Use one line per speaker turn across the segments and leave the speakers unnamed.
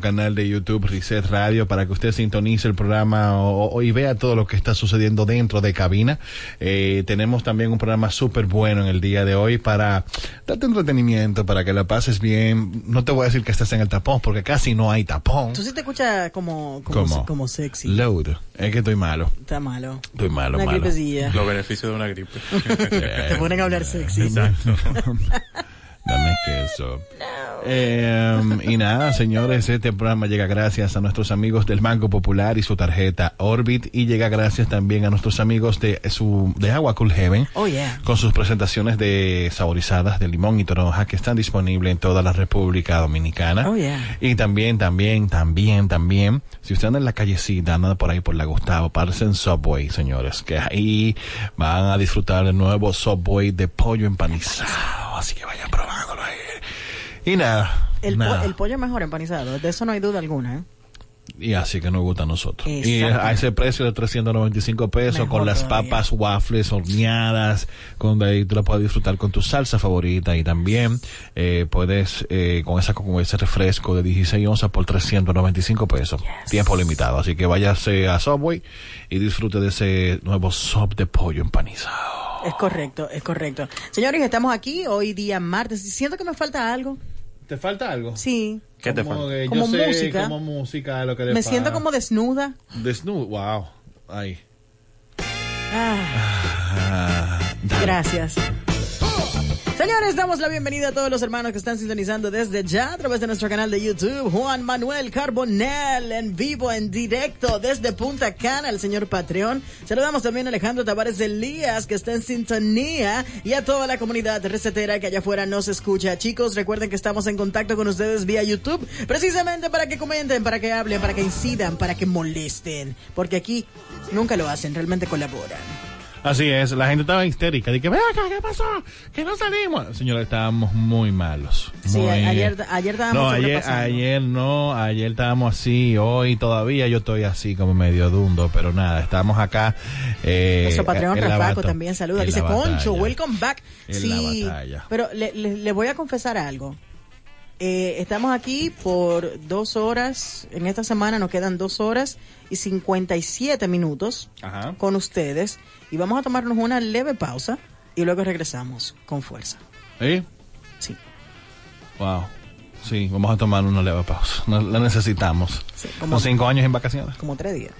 canal de YouTube Reset Radio para que usted sintonice el programa o, o- y vea todo lo que está sucediendo dentro de cabina. Eh, tenemos también un programa súper bueno en el día de hoy para darte entretenimiento, para que la pases bien. No te voy a decir que estás en el tapón porque casi no hay tapón.
Tú sí te escuchas como, como,
¿Cómo?
como sexy.
Load. Es que estoy malo.
Está malo.
Estoy malo,
Una
malo.
gripecilla.
Los beneficios de una gripe.
Te ponen a hablar sexy.
Exacto.
Dame queso. Eh, y nada, señores, este programa llega gracias a nuestros amigos del Banco Popular y su tarjeta Orbit y llega gracias también a nuestros amigos de su de Agua Cool Heaven
Oh, yeah.
con sus presentaciones de saborizadas de limón y toronja que están disponibles en toda la República Dominicana.
Oh, yeah.
Y también, también, también, también, si usted anda en la callecita, anda por ahí por la Gustavo, párese en Subway, señores, que ahí van a disfrutar del nuevo Subway de pollo empanizado. Así que vayan probándolo ahí. Y nada.
El, po-
nada.
el pollo es mejor empanizado. De eso no hay duda alguna. ¿eh?
Y así que nos gusta a nosotros. Y
Exacto.
a ese precio de 395 pesos,
Mejor
con las
todavía.
papas waffles horneadas, con ahí tú la puedes disfrutar con tu salsa favorita y también eh, puedes eh, con esa con ese refresco de 16 onzas por 395 pesos. Tiempo limitado. Así que váyase a Subway y disfrute de ese nuevo sub de pollo empanizado.
Es correcto, es correcto. Señores, estamos aquí hoy día martes. Siento que me falta algo.
¿Te falta algo?
Sí.
¿Qué te falta?
que
Como música.
música, lo que le
Me
fa-
siento como desnuda.
desnudo. Wow. Ahí.
Ah,
Ah, dale.
gracias. Señores, damos la bienvenida a todos los hermanos que están sintonizando desde ya a través de nuestro canal de YouTube. Juan Manuel Carbonel en vivo, en directo desde Punta Cana, el señor Patreon. Saludamos también a Alejandro Tavares Elías que está en sintonía y a toda la comunidad recetera que allá afuera nos escucha. Chicos, recuerden que estamos en contacto con ustedes vía YouTube precisamente para que comenten, para que hablen, para que incidan, para que molesten. Porque aquí nunca lo hacen, realmente colaboran.
Así es, la gente estaba histérica. Dije, ven acá, ¿qué pasó? Que no salimos. Señora, estábamos muy malos.
Sí,
muy-
ayer- ayer estábamos
No, ayer,
sobrepasando.
ayer no, ayer estábamos así. Hoy todavía yo estoy así como medio dundo, pero nada, estamos acá. Eh,
Nuestro Patreon
en la
Rafaco
bata-
también saluda.
en
Dice,
la batalla.
Poncho, welcome back.
En
sí,
la batalla.
pero le, le- le voy a confesar algo. Eh, estamos aquí por dos horas. En esta semana nos quedan dos horas y 57 minutos
Ajá.
con ustedes. Y vamos a tomarnos una leve pausa y luego regresamos con fuerza.
¿Sí?
Sí,
Wow. Sí, vamos a tomar una leve pausa. No- la necesitamos.
Sí, como-
como cinco años en vacaciones.
como tres días,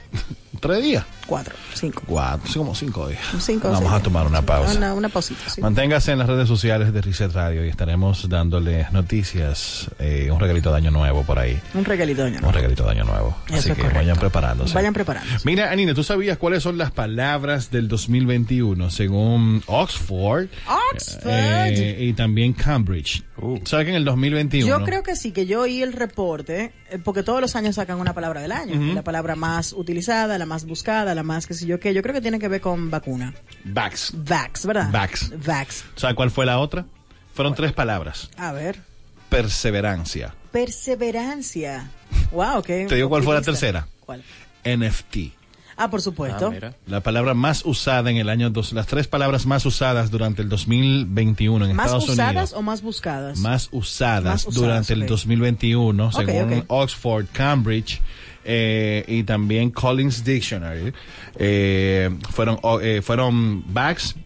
Tres días.
cuatro, cinco.
Cuatro, sí, como cinco días.
cinco o
vamos
seis
a tomar
días.
una pausa.
Una, una pausita, sí.
Manténgase en las redes sociales de Reset Radio y estaremos dándoles noticias, eh, un regalito de año nuevo por ahí.
Un regalito, doña.
Un regalito de año nuevo.
Eso
Así
es
que
correcto.
vayan preparándose.
Vayan preparándose.
Mira, Anina, ¿tú sabías cuáles son las palabras del 2021 según Oxford?
Oxford.
eh, y también Cambridge.
Uh.
¿Sabes que en el 2021?
Yo creo que sí, que yo oí el reporte, eh, porque todos los años sacan una palabra del año, la palabra más utilizada, la más buscada, la más que sé yo qué. Yo creo que tiene que ver con vacuna.
Vax.
Vax, ¿verdad?
Vax.
Vax.
¿Sabes cuál fue la otra? Fueron tres palabras.
A ver.
Perseverancia.
Perseverancia. Wow, qué.
Te digo cuál fue la
optimista.
tercera.
¿Cuál?
NFT.
Ah, por
Ah,
supuesto.
mira.
La palabra más usada en el año dos, las tres palabras más usadas durante el 2021 en
¿Más
Estados
usadas
Unidos.
o más buscadas?
Más usadas
Más usadas,
durante el
ok.
2021,
Ok,
según
ok.
Oxford, Cambridge eh, y también Collins Dictionary, eh, fueron o- eh, fueron Bax,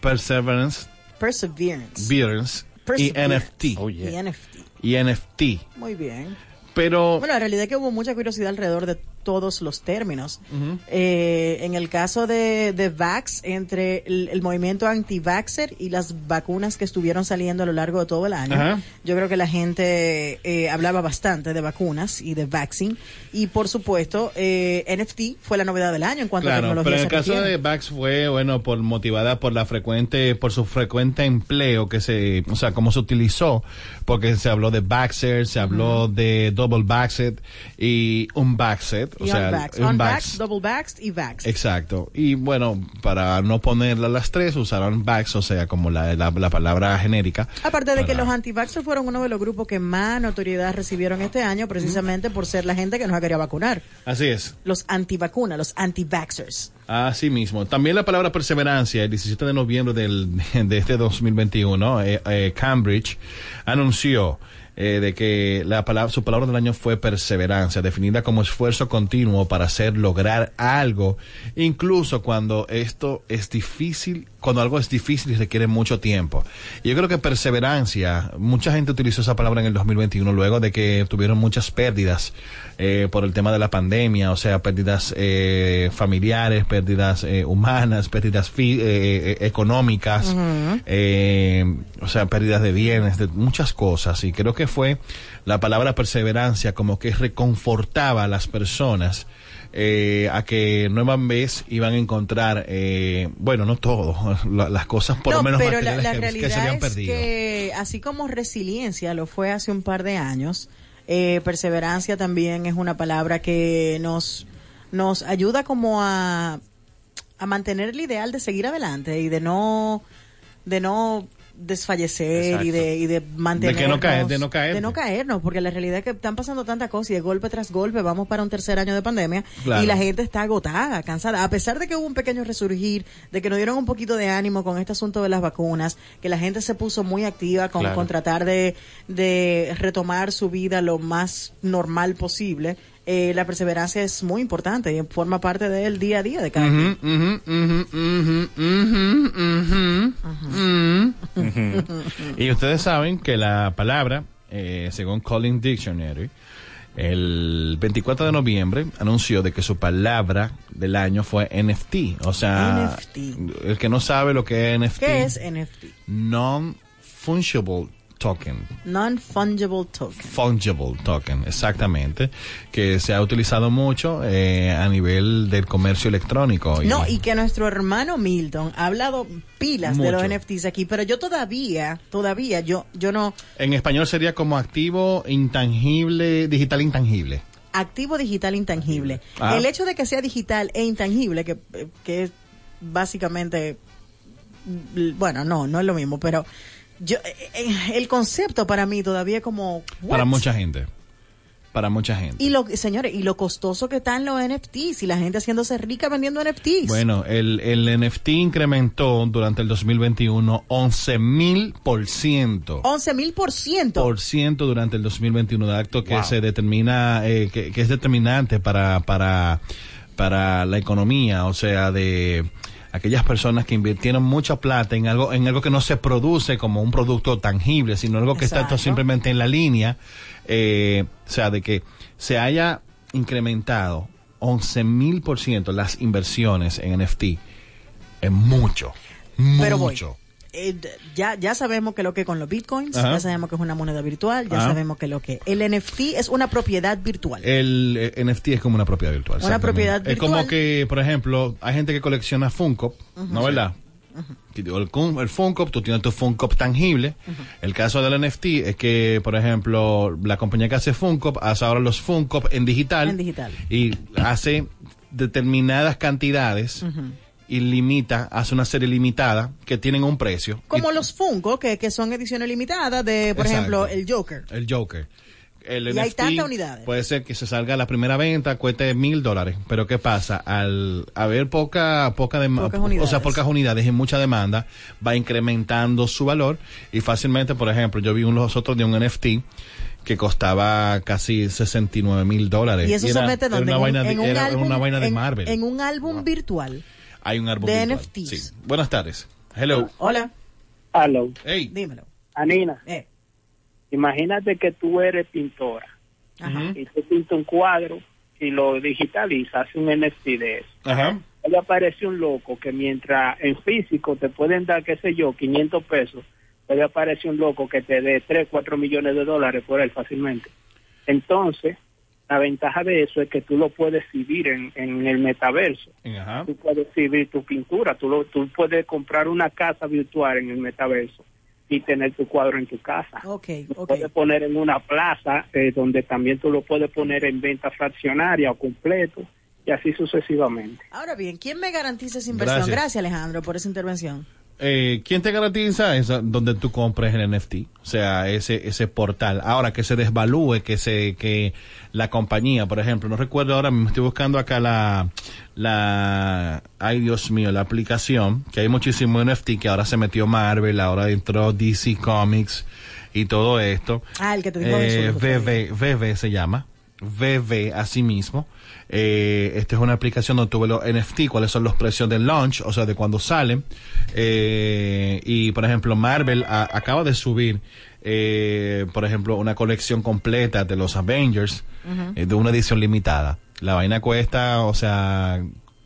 Perseverance,
Perseverance.
Beerance y
Perseverance.
NFT
Oh, yeah.
Y NFT.
y NFT.
Muy bien.
Pero
Bueno, la realidad es que hubo mucha curiosidad alrededor de todos los términos. Eh, en el caso de, de Vax, entre el, el movimiento anti-vaxxer y las vacunas que estuvieron saliendo a lo largo de todo el año,
Ajá.
yo creo que la gente eh, hablaba bastante de vacunas y de vaccine. Y por supuesto, eh, NFT fue la novedad del año en cuanto a
Claro,
tecnología.
pero en el
se
caso
refiere.
de Bax fue, bueno, por motivada por la frecuente, por su frecuente empleo que se, o sea, cómo se utilizó, porque se habló de Baxter, se habló de Double Baxet y un Baxet, o
Y
sea,
unvax,
un
unvax,
Bax.
double vax y vax.
Exacto. Y bueno, para no ponerla las tres, usaron Bax, o sea, como la, la, la palabra genérica.
Aparte de que
para-
los antivaxxers fueron uno de los grupos que más notoriedad recibieron este año, precisamente por ser la gente que no se quería vacunar.
Así es.
los antivacunas, los antivaxxers.
Así mismo. También la palabra perseverancia, el 17 de noviembre del, de este 2021, eh, eh, Cambridge anunció eh, de que la palabra, su palabra del año fue perseverancia, definida como esfuerzo continuo para hacer lograr algo, incluso cuando esto es difícil, cuando algo es difícil y requiere mucho tiempo. Y yo creo que perseverancia, mucha gente utilizó esa palabra en el 2021 luego de que tuvieron muchas pérdidas eh, por el tema de la pandemia, o sea, pérdidas eh, familiares, pérdidas eh, humanas, pérdidas fi eh, económicas, uh -huh. eh, o sea, pérdidas de bienes, de muchas cosas. Y creo que fue la palabra perseverancia como que reconfortaba a las personas. Eh, a que nueva vez iban a encontrar, eh, bueno, no todo, la, las cosas por lo no, menos
pero la, la que, realidad que se habían perdido. Es que, así como resiliencia lo fue hace un par de años, eh, perseverancia también es una palabra que nos, nos ayuda como a a mantener el ideal de seguir adelante y de no de no desfallecer Exacto. y de, y de mantenernos
de, que no caer, de no caer
de no caernos porque la realidad es que están pasando tantas cosas y de golpe tras golpe vamos para un tercer año de pandemia claro. y la gente está agotada cansada a pesar de que hubo un pequeño resurgir de que nos dieron un poquito de ánimo con este asunto de las vacunas que la gente se puso muy activa con, claro. con tratar de, de retomar su vida lo más normal posible eh, la perseverancia es muy importante y forma parte del día a día de cada quien.
Mm-hmm. Y ustedes saben que la palabra, eh, según Colin Dictionary, el 24 de noviembre anunció de que su palabra del año fue NFT. O sea,
NFT.
el que no sabe lo que es NFT.
¿Qué es NFT?
Non-fungible token.
Non-fungible token.
Fungible token, exactamente. Que se ha utilizado mucho eh, a nivel del comercio electrónico.
Y no, y que nuestro hermano Milton ha hablado pilas mucho. de los NFTs aquí, pero yo todavía, todavía, yo, yo no...
En español sería como activo intangible, digital intangible.
Activo digital intangible. Ah. El hecho de que sea digital e intangible, que, que es básicamente... Bueno, no, no es lo mismo, pero yo eh, el concepto para mí todavía como
¿what? para mucha gente para mucha gente.
Y lo, señores, y lo costoso que están los NFTs y la gente haciéndose rica vendiendo NFTs.
Bueno, el, el NFT incrementó durante el 2021 11 mil por ciento.
11 mil por ciento.
Por ciento durante el 2021, de acto que wow. se determina, eh, que, que es determinante para, para, para la economía, o sea, de, aquellas personas que invirtieron mucha plata en algo en algo que no se produce como un producto tangible, sino algo que Exacto. está simplemente en la línea, eh, o sea, de que se haya incrementado 11 mil por ciento las inversiones en NFT, es mucho, Pero mucho. Voy.
Eh, ya, ya sabemos que lo que con los bitcoins, Ajá. ya sabemos que es una moneda virtual, ya Ajá. sabemos que lo que el NFT es una propiedad virtual.
El, eh, el NFT es como una propiedad virtual.
Una propiedad virtual.
Es como que, por ejemplo, hay gente que colecciona Funko, uh -huh, ¿no sí. verdad? El, el Funko, tú tienes tu Funko tangible. Uh -huh. El caso del NFT es que, por ejemplo, la compañía que hace Funko hace ahora los Funko en digital.
En digital.
Y hace determinadas cantidades. Uh -huh y limita, hace una serie limitada que tienen un precio.
Como
y,
los Funko, que, que son ediciones limitadas de, por exacto, ejemplo, el Joker.
El Joker. El
y
NFT
hay tantas unidades.
Puede ser que se salga la primera venta, cueste mil dólares. Pero ¿qué pasa? Al haber poca, poca demanda, o sea, pocas unidades y mucha demanda, va incrementando su valor. Y fácilmente, por ejemplo, yo vi unos otros de un NFT que costaba casi 69 mil dólares.
Y eso
y
era, se mete donde?
Era una, vaina,
en,
de, en era,
álbum,
una vaina de
en,
Marvel.
En un álbum wow. virtual
hay un árbol
de virtual.
Sí. Buenas tardes. Hello.
Hola.
Hello.
Hey.
Dímelo.
Anina. Eh. Imagínate que tú eres pintora.
¿Mm?
Ajá. Y tú pintas un cuadro y lo digitalizas, hace un NFT de eso.
Ajá.
Ahí aparece un loco que mientras en físico te pueden dar, qué sé yo, 500 pesos, ahí aparece un loco que te dé 3, 4 millones de dólares por él fácilmente. Entonces, la ventaja de eso es que tú lo puedes vivir en, en el metaverso.
Ajá.
Tú puedes vivir tu pintura, tú, lo, tú puedes comprar una casa virtual en el metaverso y tener tu cuadro en tu casa.
Okay,
lo
okay.
puedes poner en una plaza eh, donde también tú lo puedes poner en venta fraccionaria o completo y así sucesivamente.
Ahora bien, ¿quién me garantiza esa inversión? Gracias, Gracias Alejandro por esa intervención.
Eh, ¿quién te garantiza esa, donde tú compres el NFT? O sea, ese, ese portal. Ahora que se desvalúe, que se, que la compañía, por ejemplo, no recuerdo ahora, me estoy buscando acá la, la, ay Dios mío, la aplicación, que hay muchísimo NFT, que ahora se metió Marvel, ahora entró DC Comics, y todo esto.
Ah, el que te dijo
eh,
insultos,
VV, VV se llama. VV así mismo. Eh, esta es una aplicación donde tú ves los NFT, cuáles son los precios del launch, o sea, de cuando salen. Eh, y, por ejemplo, Marvel a- acaba de subir, eh, por ejemplo, una colección completa de los Avengers, eh, de una edición limitada. La vaina cuesta, o sea,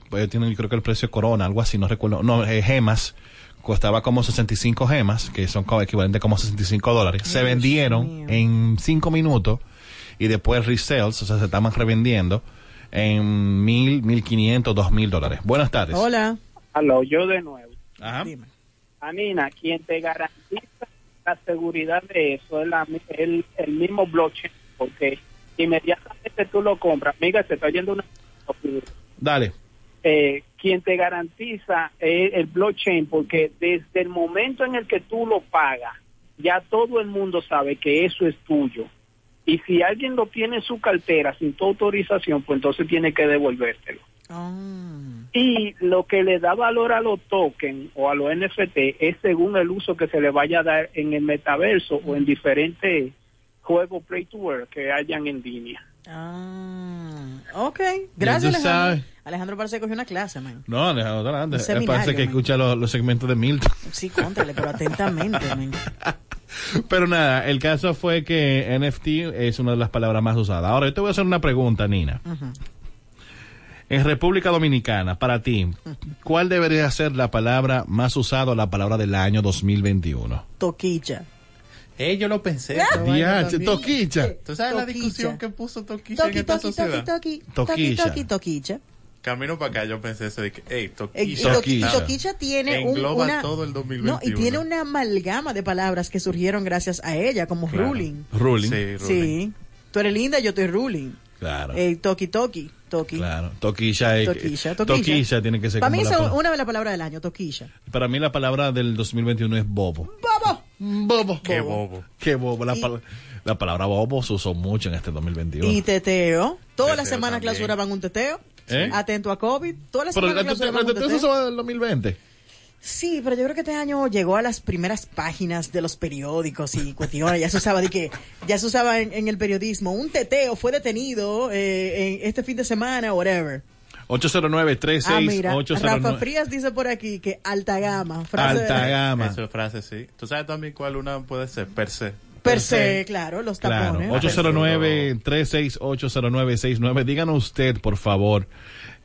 pues, tiene, yo creo que el precio de Corona, algo así, no recuerdo, no, eh, gemas. Costaba como 65 gemas, que son como equivalente como 65 dólares. Se vendieron
mío.
en 5 minutos y después resales, o sea, se estaban revendiendo en mil, mil quinientos, dos mil dólares. Buenas tardes.
Hola.
Aló, yo de nuevo.
Ajá.
Dime.
Anina, quien te garantiza la seguridad de eso es la, el, el mismo blockchain, porque inmediatamente tú lo compras. Mira, se está oyendo una...
Dale.
eh, quien te garantiza es el blockchain, porque desde el momento en el que tú lo pagas, ya todo el mundo sabe que eso es tuyo. Y si alguien lo tiene en su cartera sin tu autorización, pues entonces tiene que devolvértelo.
Ah.
Y lo que le da valor a los tokens o a los NFT es según el uso que se le vaya a dar en el metaverso o en diferentes juegos play to earn que hayan en línea.
Ah, ok. Gracias,
tú
Alejandro.
sabes.
Alejandro parece que cogió una clase, man.
No, Alejandro, adelante.
Un
Eh,
seminario,
Parece que
man.
escucha los, los segmentos de Milton.
Sí, contrale, pero atentamente, man.
Pero nada, el caso fue que NFT es una de las palabras más usadas. Ahora, yo te voy a hacer una pregunta, Nina.
Ujú.
En República Dominicana, para ti, ¿cuál debería ser la palabra más usada o la palabra del año 2021?
Toquilla.
Eh, yo lo pensé. esa vaina
Diache,
también.
toquicha.
¿Tú sabes la
Toquicha.
discusión que puso Toquilla en
Toqui,
esta
toqui, toqui,
sociedad?
toqui. Toqui,
Toquilla.
toqui, toquilla.
Camino para acá yo pensé eso de que, hey,
Eh, Y
Toquilla.
Toqui-
Toqui-
Toquilla.
Toquilla tiene un,
Engloba
una,
todo el 2021.
No, y tiene una amalgama de palabras que surgieron gracias a ella, como
Claro.
ruling.
Ruling.
Sí, ruling.
Sí. Tú eres linda, yo estoy ruling.
Claro.
Eh, toqui, toqui, toqui.
Claro. Toquilla es.
Toquilla, toquilla.
toquilla tiene que ser.
Para mí
como
esa
la
es
pala-
una de las palabras del año, toquilla.
Para mí la palabra del 2021 es bobo.
¡Vamos!
Bobo.
Qué bobo.
Qué bobo. La,
Y-
pal- la palabra bobo se usó mucho en este 2021.
Y teteo. Todas las
Teteo
semanas
también.
clausuraban un teteo.
¿Eh?
Atento a COVID. Todas las
Pero
semanas
el teteo
clausuraban un
el teteo se
teteo.
usó en el 2020.
Sí, pero yo creo que este año llegó a las primeras páginas de los periódicos y cuestiones. Ya se usaba de que, ya se usaba en, en el periodismo. Un teteo fue detenido eh, en este fin de semana, whatever. Ah, mira, Rafa
809-36809.
Frías dice por aquí que alta gama. frase de-
Alta gama.
Eso es frase, sí. ¿Tú sabes también cuál una puede ser? Per se.
Per se, claro, los
Claro,
tapones.
809-3680969. Díganos usted, por favor,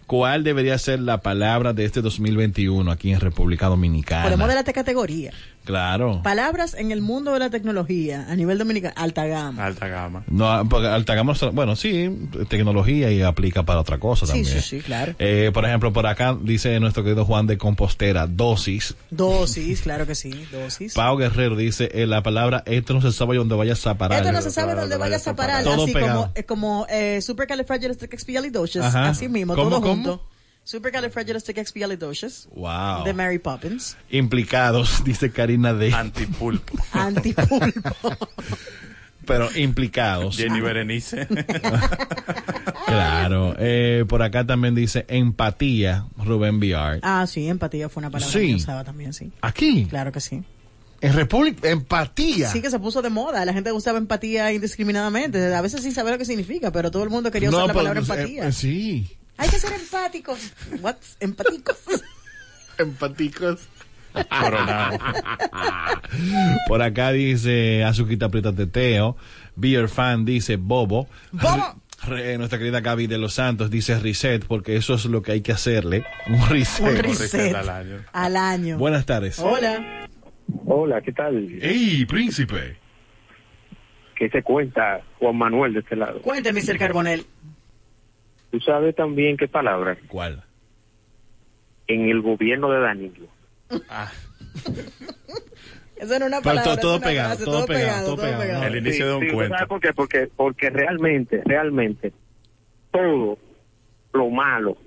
cuál debería ser la palabra de este 2021 aquí en República
Podemos
Dominicana.
de la categoría.
Claro.
Palabras en el mundo de la tecnología a nivel dominicano, alta gama.
Alta gama.
No, porque Altagama, bueno, sí, tecnología y aplica para otra cosa
Sí, sí,
también.
sí, claro.
Eh, por ejemplo, por acá dice nuestro querido Juan de Compostera, dosis.
Dosis, claro que sí, dosis.
Pau Guerrero dice, eh, la palabra, esto no se sabe dónde vayas a parar.
Esto no se sabe dónde vayas a parar,
Todo
así
pegado.
como, eh, como eh, supercalifragilisticexpialidocious,
Ajá.
así mismo,
¿Cómo,
todo
cómo?
junto. Supercalifragilisticexpialidocious
Wow.
de Mary Poppins,
Implicados, dice Karina D.
Antipulpo.
antipulpo.
Pero implicados.
Jenny Berenice.
claro. Eh, por acá también dice empatía, Rubén Villar.
ah, sí, empatía fue una palabra
Sí.
que usaba también, sí.
Aquí,
Claro que sí.
en República, empatía.
Sí que se puso de moda, la gente usaba empatía indiscriminadamente, a veces sin saber lo que significa, pero todo el mundo quería usar la
pero-
palabra empatía.
eh, sí.
Hay que ser empáticos. What? Empáticos.
Empaticos.
Coronado.
Por acá dice Azuquita Prieta Teteo. Beer Fan dice Bobo.
¡Bobo!
Re- nuestra querida Gaby de los Santos dice reset porque eso es lo que hay que hacerle. Un
Un
reset.
reset
reset
al año.
al año.
Buenas tardes.
Hola.
Hola, ¿qué tal?
¡Ey, príncipe!
¿Qué se cuenta Juan Manuel de este lado?
Cuénteme, Mr. Carbonel.
Tú sabes también qué palabra
¿Cuál?
en el gobierno de Danilo.
Ah,
Eso era una
Pero
palabra.
todo-
es
todo
una
pegado,
frase,
todo pegado, todo pegado.
el inicio de un
Sí, sí,
cuento.
¿Sabes por qué? Porque, porque realmente, realmente, todo lo malo,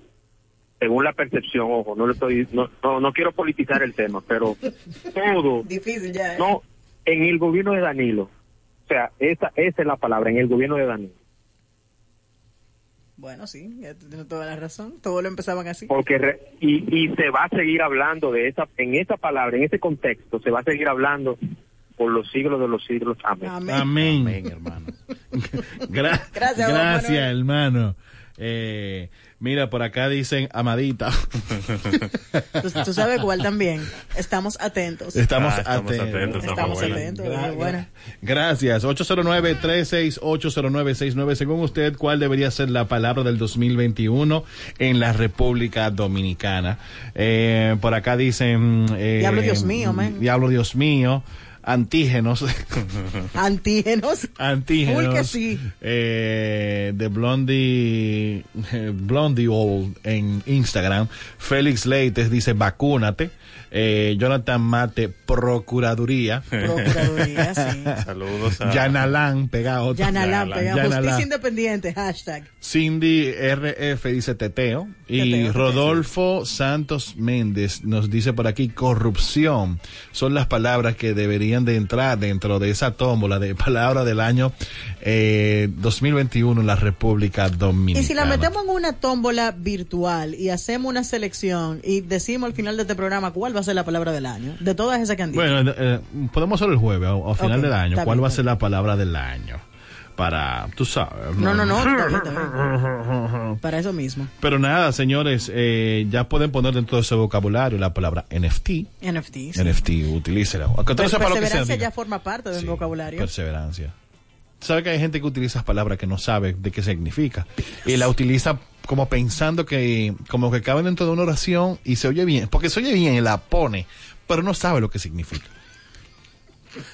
según la percepción, ojo, no, le estoy, no, no, no quiero politizar el tema, pero todo,
Difícil ya. ¿eh?
no, en el gobierno de Danilo. O sea, esa, esa es la palabra, en el gobierno de Danilo.
Bueno, sí, ya tiene toda la razón. Todos lo empezaban así.
porque re- y, y se va a seguir hablando de esa en esa palabra en ese contexto se va a seguir hablando por los siglos de los siglos. Amén.
Amén.
Amén.
Amén, hermano.
Gra-
Gracias,
gracias,
don Manuel.
hermano. Eh, mira, por acá dicen amadita.
Tú, tú sabes cuál también. Estamos atentos.
Estamos,
Ah, estamos
atentos.
atentos,
Estamos
buena.
atentos.
Gra-
Bueno.
Gracias. 809-368-0969. Según usted, ¿cuál debería ser la palabra del 2021 en la República Dominicana? Eh, por acá dicen... eh,
Diablo, Dios mío, man.
Diablo Dios mío. Antígenos.
Antígenos.
Antígenos.
Full que sí.
Eh, de Blondie, eh, Blondie Old en Instagram. Félix Leites dice vacúnate. Eh, Jonathan Mate, Procuraduría.
Procuraduría, sí.
Saludos a...
Yanalán, pegado.
Yanalán, pega.
Yanalán.
Justicia independiente. Hashtag.
Cindy RF dice teteo. Y
Teteo, teteo.
Rodolfo Santos Méndez nos dice por aquí corrupción. Son las palabras que deberían de entrar dentro de esa tómbola de palabra del año eh, 2021 en la República Dominicana.
Y si la metemos en una tómbola virtual y hacemos una selección y decimos al final de este programa cuál va a ser la palabra del año, de todas esas que han dicho.
Bueno, eh, podemos hacerlo el jueves o al final
Ok,
del año.
está
¿Cuál
bien,
va a
está
ser la palabra del año? Para, tú sabes.
no, no, no, está bien, está bien. Para eso mismo.
Pero nada, señores, eh, ya pueden poner dentro de su vocabulario la palabra NFT.
NFT. sí.
NFT, utilícela. Aunque usted no
Pero
sepa lo que
perseverancia
significa.
ya forma parte del
Sí, pues,
vocabulario.
Perseverancia. ¿Sabe que hay gente que utiliza palabras que no sabe de qué significa? Y la utiliza como pensando que, como que cabe dentro de una oración y se oye bien. Porque se oye bien y la pone, pero no sabe lo que significa.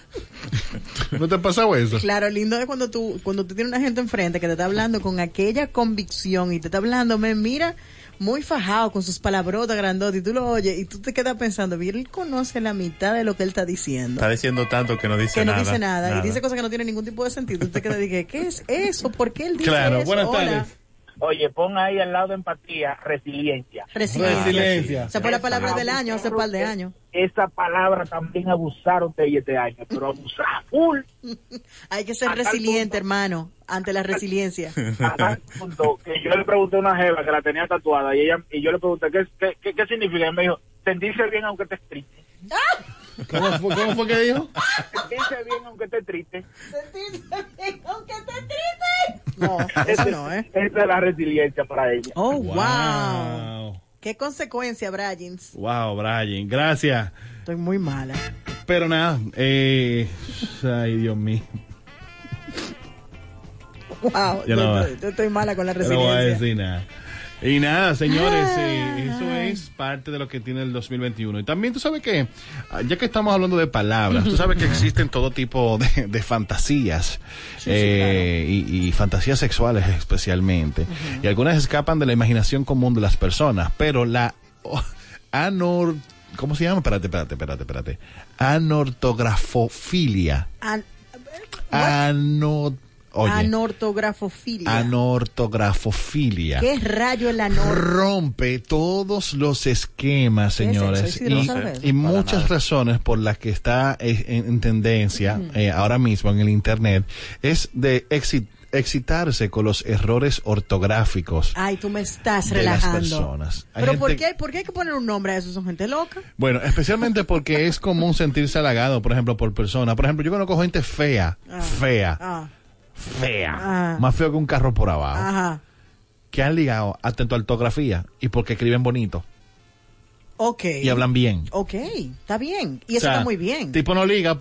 ¿No te ha pasado eso?
Claro, lindo es cuando tú, cuando tú tienes una gente enfrente que te está hablando con aquella convicción y te está hablando, me mira muy fajado con sus palabrotas grandotas y tú lo oyes y tú te quedas pensando, mira, él conoce la mitad de lo que él está diciendo.
Está diciendo tanto que no dice
que no
nada.
dice nada, y dice cosas que no tienen ningún tipo de sentido. Usted queda dije, ¿qué es eso? ¿Por qué él dice
Claro,
eso?
buenas
Hola.
tardes.
Oye, pon ahí al lado empatía, resiliencia.
Resiliencia.
Resiliencia.
O sea, fue la palabra del año, hace un par de años.
Esa palabra también abusaron de ella este año, pero abusar full
Hay que ser
A tal
resiliente,
punto.
hermano, ante la resiliencia.
a tal punto que yo le pregunté a una jeva que la tenía tatuada y ella y yo le pregunté qué, qué, qué, qué significa y me dijo sentirse bien aunque estés triste
¿Cómo fue, cómo fue que dijo?
sentirse bien aunque estés triste
No, eso no, ¿eh?
esa es la resiliencia para ella
Oh, wow. ¿Qué consecuencia, Bryans?
Wow, Brian, gracias.
Estoy muy mala.
Pero nada, eh, ay Dios mío.
Wow, yo,
Ya no va.
yo- yo estoy mala con la
No voy a
resiliencia. Ah.
decir nada. Y nada, señores, eh, eso es parte de lo que tiene el 2021. Y también tú sabes que, ah, ya que estamos hablando de palabras, tú sabes que existen todo tipo de, de fantasías, eh, y, y fantasías sexuales especialmente. Y algunas escapan de la imaginación común de las personas, pero la oh, anor... ¿Cómo se llama? Espérate, espérate, espérate, espérate. Anortografofilia.
An-
Ano... Oye,
anortografofilia.
anortografofilia
¿Qué rayo es la anor?
rompe todos los esquemas,
¿Qué es eso?
señores,
Sí, sí, lo sabes.
y, y
Para
muchas
nada.
razones por las que está eh, en, en tendencia eh, ahora mismo en el internet es de exi- excitarse con los errores ortográficos.
Ay, tú me estás
De las
relajando.
personas. Hay
Ah, Pero ¿por,
gente-
qué, ¿por qué hay que poner un nombre a eso? ¿Son gente loca?
Bueno, especialmente porque es común sentirse halagado, por ejemplo, por personas. Por ejemplo, yo conozco gente fea,
Ah.
fea,
Ah,
fea,
Ah.
más feo que un carro por abajo,
ajá.
que han ligado hasta en tu ortografía y porque escriben bonito
Ok.
y hablan bien.
Ok, está bien. Y eso
O sea,
está muy bien.
Tipo no liga,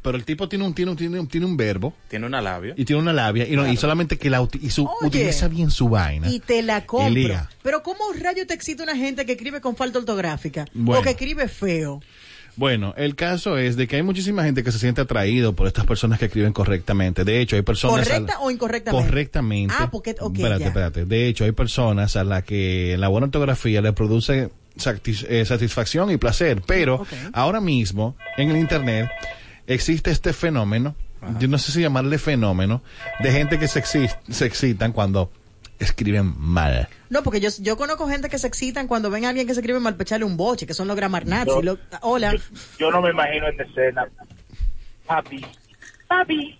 pero el tipo tiene un, tiene un, tiene un, tiene un verbo
Tiene una labia.
y tiene una labia y, no, y solamente que la uti- y su-
Oye.
utiliza bien su vaina.
Y te la compro.
liga.
Pero ¿cómo rayo te excita una gente que escribe con falta ortográfica?
Bueno.
O que escribe feo.
Bueno, el caso es de que hay muchísima gente que se siente atraído por estas personas que escriben correctamente. De hecho, hay personas... a la-
¿Correcta o incorrectamente?
Correctamente.
Ah, porque- ok,
Espérate,
ya.
espérate. De hecho, hay personas a las que la buena ortografía le produce satis- eh, satisfacción y placer, pero
Ok.
ahora mismo en el Internet existe este fenómeno, yo no sé si llamarle fenómeno, de gente que se, exi- se excitan cuando escriben mal.
No, porque yo, yo conozco gente que se excitan cuando ven a alguien que se escribe mal, pecharle un boche, que son los grammar nazis.
No.
lo- hola.
yo, yo no me imagino esta escena papi papi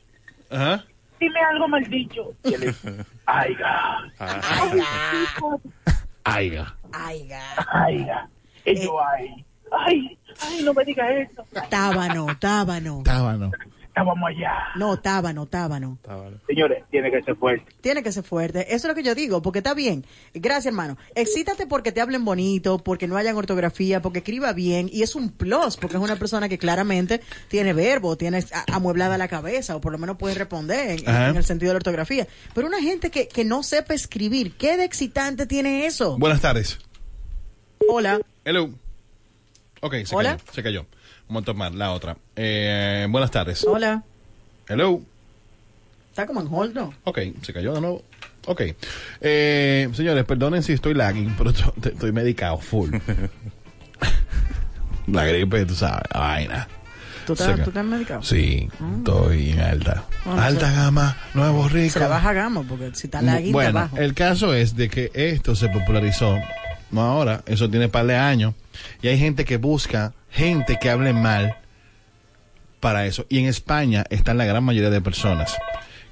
Ajá.
dime algo mal dicho Y él, ay ga
Ay, ga.
Aiga.
Ay, ga.
ay ga y yo ay
Ay, ay, no me digas eso.
Tábano, tábano.
Tábano.
Estábamos allá.
No, tábano, tábano.
Tábano.
Señores, tiene que ser fuerte.
Tiene que ser fuerte. Eso es lo que yo digo, porque está bien. Gracias, hermano. Excítate porque te hablen bonito, porque no hayan ortografía, porque escriba bien. Y es un plus, porque es una persona que claramente tiene verbo, tiene a- amueblada la cabeza, o por lo menos puede responder en,
Ajá.
en el sentido de la ortografía. Pero una gente que, que no sepa escribir, ¿qué de excitante tiene eso?
Buenas tardes.
Hola.
Hello. Ok, se
Hola.
cayó. Se cayó. Vamos a tomar la otra. Eh, buenas tardes.
Hola.
Hello.
Está como en hold, ¿no?
Ok, se cayó de nuevo. Ok. Eh, señores, perdonen si estoy lagging, pero yo te- estoy medicado full. la gripe, tú sabes, la vaina.
¿Tú
Se
estás,
ca-
tú estás medicado?
Sí, estoy en alta.
Ah, no
alta gama, nuevo rico.
Será baja gama, porque si está
Mm,
la guita
bueno,
abajo.
el caso es de que esto se popularizó, no ahora, eso tiene par de años, y hay gente que busca gente que hable mal para eso. Y en España están la gran mayoría de personas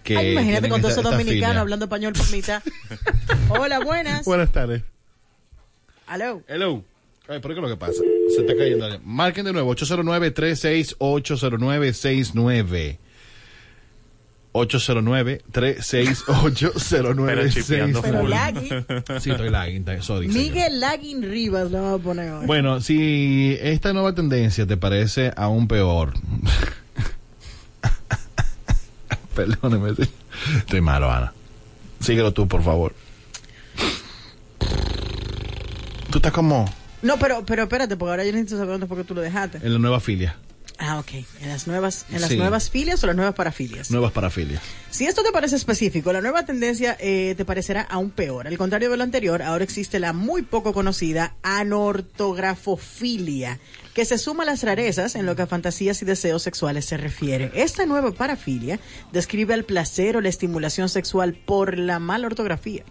que
Ay, imagínate
tienen
con todos
esta-
esos
esta
dominicanos
filia.
hablando español por mitad. Hola, buenas.
Buenas tardes.
Aló.
Hello. Ay, ¿por qué es lo que pasa? Se está cayendo. la- Marquen de nuevo, 809-368-0969. 809-368-0969.
Pero
Pero
Hola.
Lagui,
Sí, estoy lagging, ta- sorry. señor.
Miguel Laguin Rivas lo vamos a poner hoy.
Bueno, si esta nueva tendencia te parece aún peor. Perdóneme. sí. Estoy malo, Ana. Síguelo tú, por favor. Tú estás como
No, pero, pero espérate, porque ahora yo necesito saber dónde fue que tú lo dejaste.
en la nueva filia.
Ah, ok. En las nuevas, en las
Sí.
nuevas filias o las nuevas parafilias.
Nuevas parafilias.
Si esto te parece específico, la nueva tendencia eh, te parecerá aún peor. Al contrario de lo anterior, ahora existe la muy poco conocida anortografofilia, que se suma a las rarezas en lo que a fantasías y deseos sexuales se refiere. Esta nueva parafilia describe el placer o la estimulación sexual por la mala ortografía.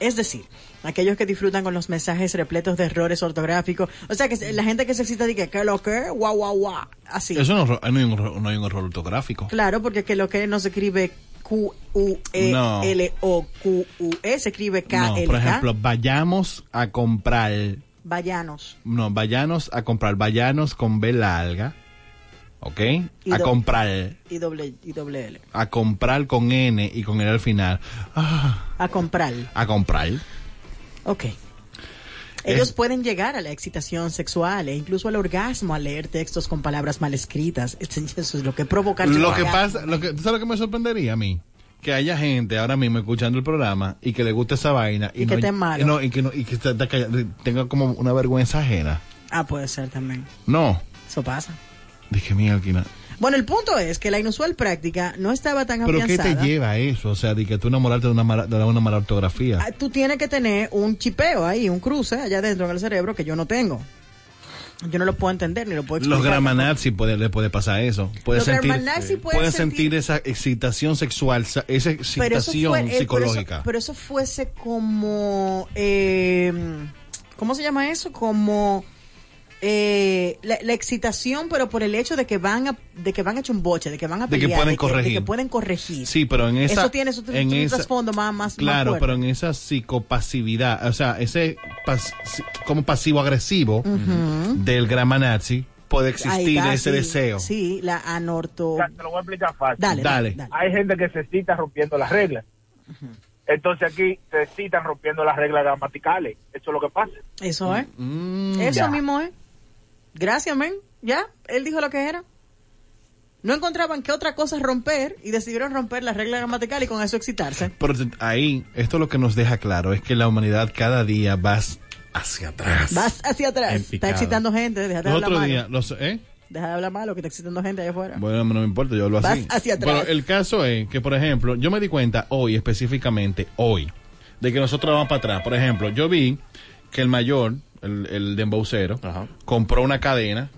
Es decir, aquellos que disfrutan con los mensajes repletos de errores ortográficos. O sea, que se- la gente que se excita de que, ¿qué lo que? Guau, guau, guau. Así.
Eso no, es ro- no hay un, ro- no hay un error ortográfico.
Claro, porque que lo que no se escribe Q U E
No.
L O Q U E se escribe K
No,
L
por
K.
ejemplo, vayamos a comprar.
Vayanos.
No, vayanos a comprar. Vayanos con B larga. ¿Ok?
Y
A
do-
comprar.
Y doble y doble L.
A comprar con N y con L al final. Ah,
A comprar.
a comprar.
Ok. Ellos pueden llegar a la excitación sexual e incluso al orgasmo al leer textos con palabras mal escritas. Eso es lo que provoca el
Lo que
orgasmo.
pasa, lo que, ¿tú sabes lo que me sorprendería a mí? Que haya gente ahora mismo escuchando el programa y que le guste esa vaina.
Y que esté malo.
y no- y que, no, y que está- está callado, tenga como una vergüenza ajena.
Ah, puede ser también.
No.
Eso pasa.
Dije, mira, Alquina.
Bueno, el punto es que la inusual práctica no estaba tan
¿Pero qué te
afianzada.
lleva a eso? O sea, de que tú enamorarte de una mala, de una mala ortografía.
Ah, tú tienes que tener un chipeo ahí, un cruce allá dentro en el cerebro que yo no tengo. Yo no lo puedo entender ni lo puedo explicar.
Los gramanazis puede, le puede pasar eso. Puede
Los
sentir,
gramanazis pueden
pueden
sentir-
sentir esa excitación sexual, esa esa
Pero eso
excitación
fue- eh,
psicológica.
Pero eso, pero eso fuese como... eh, ¿Cómo se llama eso? Como... eh, la, la excitación pero por el hecho de que van a de que van a echar un boche de que van a
De que
pelear,
pueden
de que, de
corregir.
que pueden corregir
sí, pero en esa.
eso tiene su, su-
en
su
esa-
trasfondo más más más
Claro,
fuerte.
pero en esa psicopasividad, o sea, ese pas- si- como pasivo-agresivo del gramanazi puede
Ahí
existir
está,
ese
sí,
deseo.
sí la anorto
O sea, te lo voy a explicar fácil.
dale dale,
Dale.
dale.
Hay gente que se cita rompiendo las reglas. Entonces aquí se citan rompiendo las reglas gramaticales. Eso es lo que pasa.
eso es
Mm,
Eso
Ya.
mismo es. Gracias, men. Ya, él dijo lo que era. No encontraban qué otra cosa romper y decidieron romper la regla gramatical y con eso excitarse.
pero ahí, esto lo que nos deja claro es que la humanidad cada día va hacia atrás.
Vas hacia atrás.
En
Está
picado.
excitando gente. Deja de
Los
hablar
otros días,
malo.
los, ¿eh?
Deja de hablar malo que está excitando gente allá afuera.
Bueno, no me importa, yo hablo
Vas
así.
hacia atrás.
Pero el caso es que, por ejemplo, yo me di cuenta hoy, específicamente hoy, de que nosotros vamos para atrás. Por ejemplo, yo vi que el mayor, el, el de embaucero,
Ajá.
compró una cadena,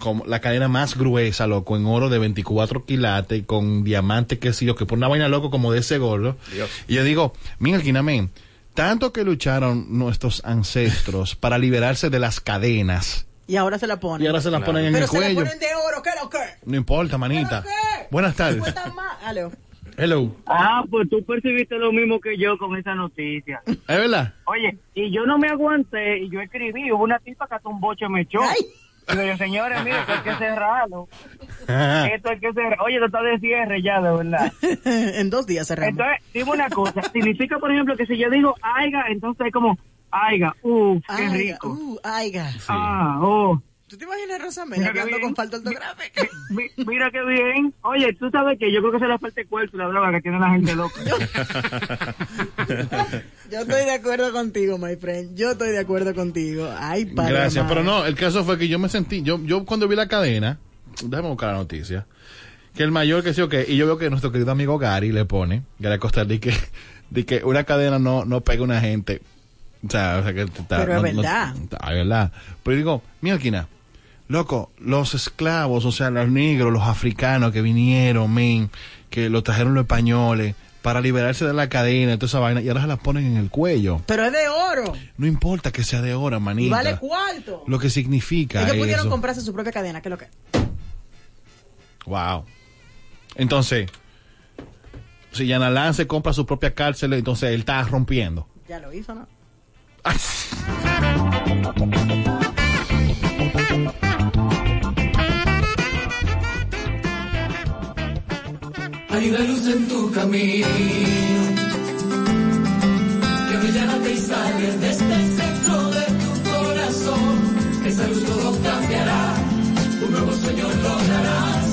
como la cadena más gruesa, loco, en oro de 24 quilates, con diamante, qué sé yo, que por una vaina loco como de ese gordo.
Dios.
Y yo digo, mira, Quinamén, tanto que lucharon nuestros ancestros para liberarse de las cadenas.
Y ahora se la ponen.
Y ahora se las
Claro.
ponen en
Pero
el
se la
cuello.
ponen de oro. ¿Qué lo que?
No importa, manita. Buenas tardes.
Cuesta más. Aló.
Hello.
Ah, pues tú percibiste lo mismo que yo con esa noticia.
¿Es verdad?
Oye, y yo no me aguanté y yo escribí, hubo una tipa que hasta un boche me echó.
Ay,
Digo yo, señores, mire, esto hay que cerrarlo. Esto hay que cerrarlo. Oye, esto está de cierre ya, de verdad.
en dos días cerramos.
Entonces, dime una cosa. Significa, por ejemplo, que si yo digo aiga, entonces es como aiga, uff, qué
Aiga,
rico.
uh, aiga.
Sí.
Ah, oh.
¿Tú te imaginas a Rosamel
Mira qué
hablando
bien.
con falta ortográfica?
Mi- Mira qué bien. Oye, tú sabes que yo creo que esa es la parte cuarta de la droga que tiene la gente loca.
Yo estoy de acuerdo contigo, my friend. Yo estoy de acuerdo contigo. Ay, padre.
Gracias,
amado.
pero no, el caso fue que yo me sentí, yo, yo cuando vi la cadena, déjame buscar la noticia, que el mayor que sí o qué, y yo veo que nuestro querido amigo Gary le pone, Gary Costa, di que, di que una cadena no, no pega a una gente. O sea, o sea que está,
Pero es
no- no-
verdad.
está- es verdad. Pero yo digo, mierquina, loco, los esclavos, o sea, los negros, los africanos que vinieron, men, que lo trajeron los españoles para liberarse de la cadena, y toda esa vaina, y ahora se las ponen en el cuello.
Pero es de oro.
No importa que sea de hora,
Y
manita
vale cuarto.
lo que significa
Ellos pudieron
eso.
comprarse su propia cadena, que es lo que.
Wow. Entonces, si Yanalán se compra su propia cárcel, entonces él está rompiendo.
Ya lo hizo, ¿no?
Hay una luz en tu camino que brillante y sale desde el centro de tu corazón. Esa luz todo cambiará, un nuevo sueño lograrás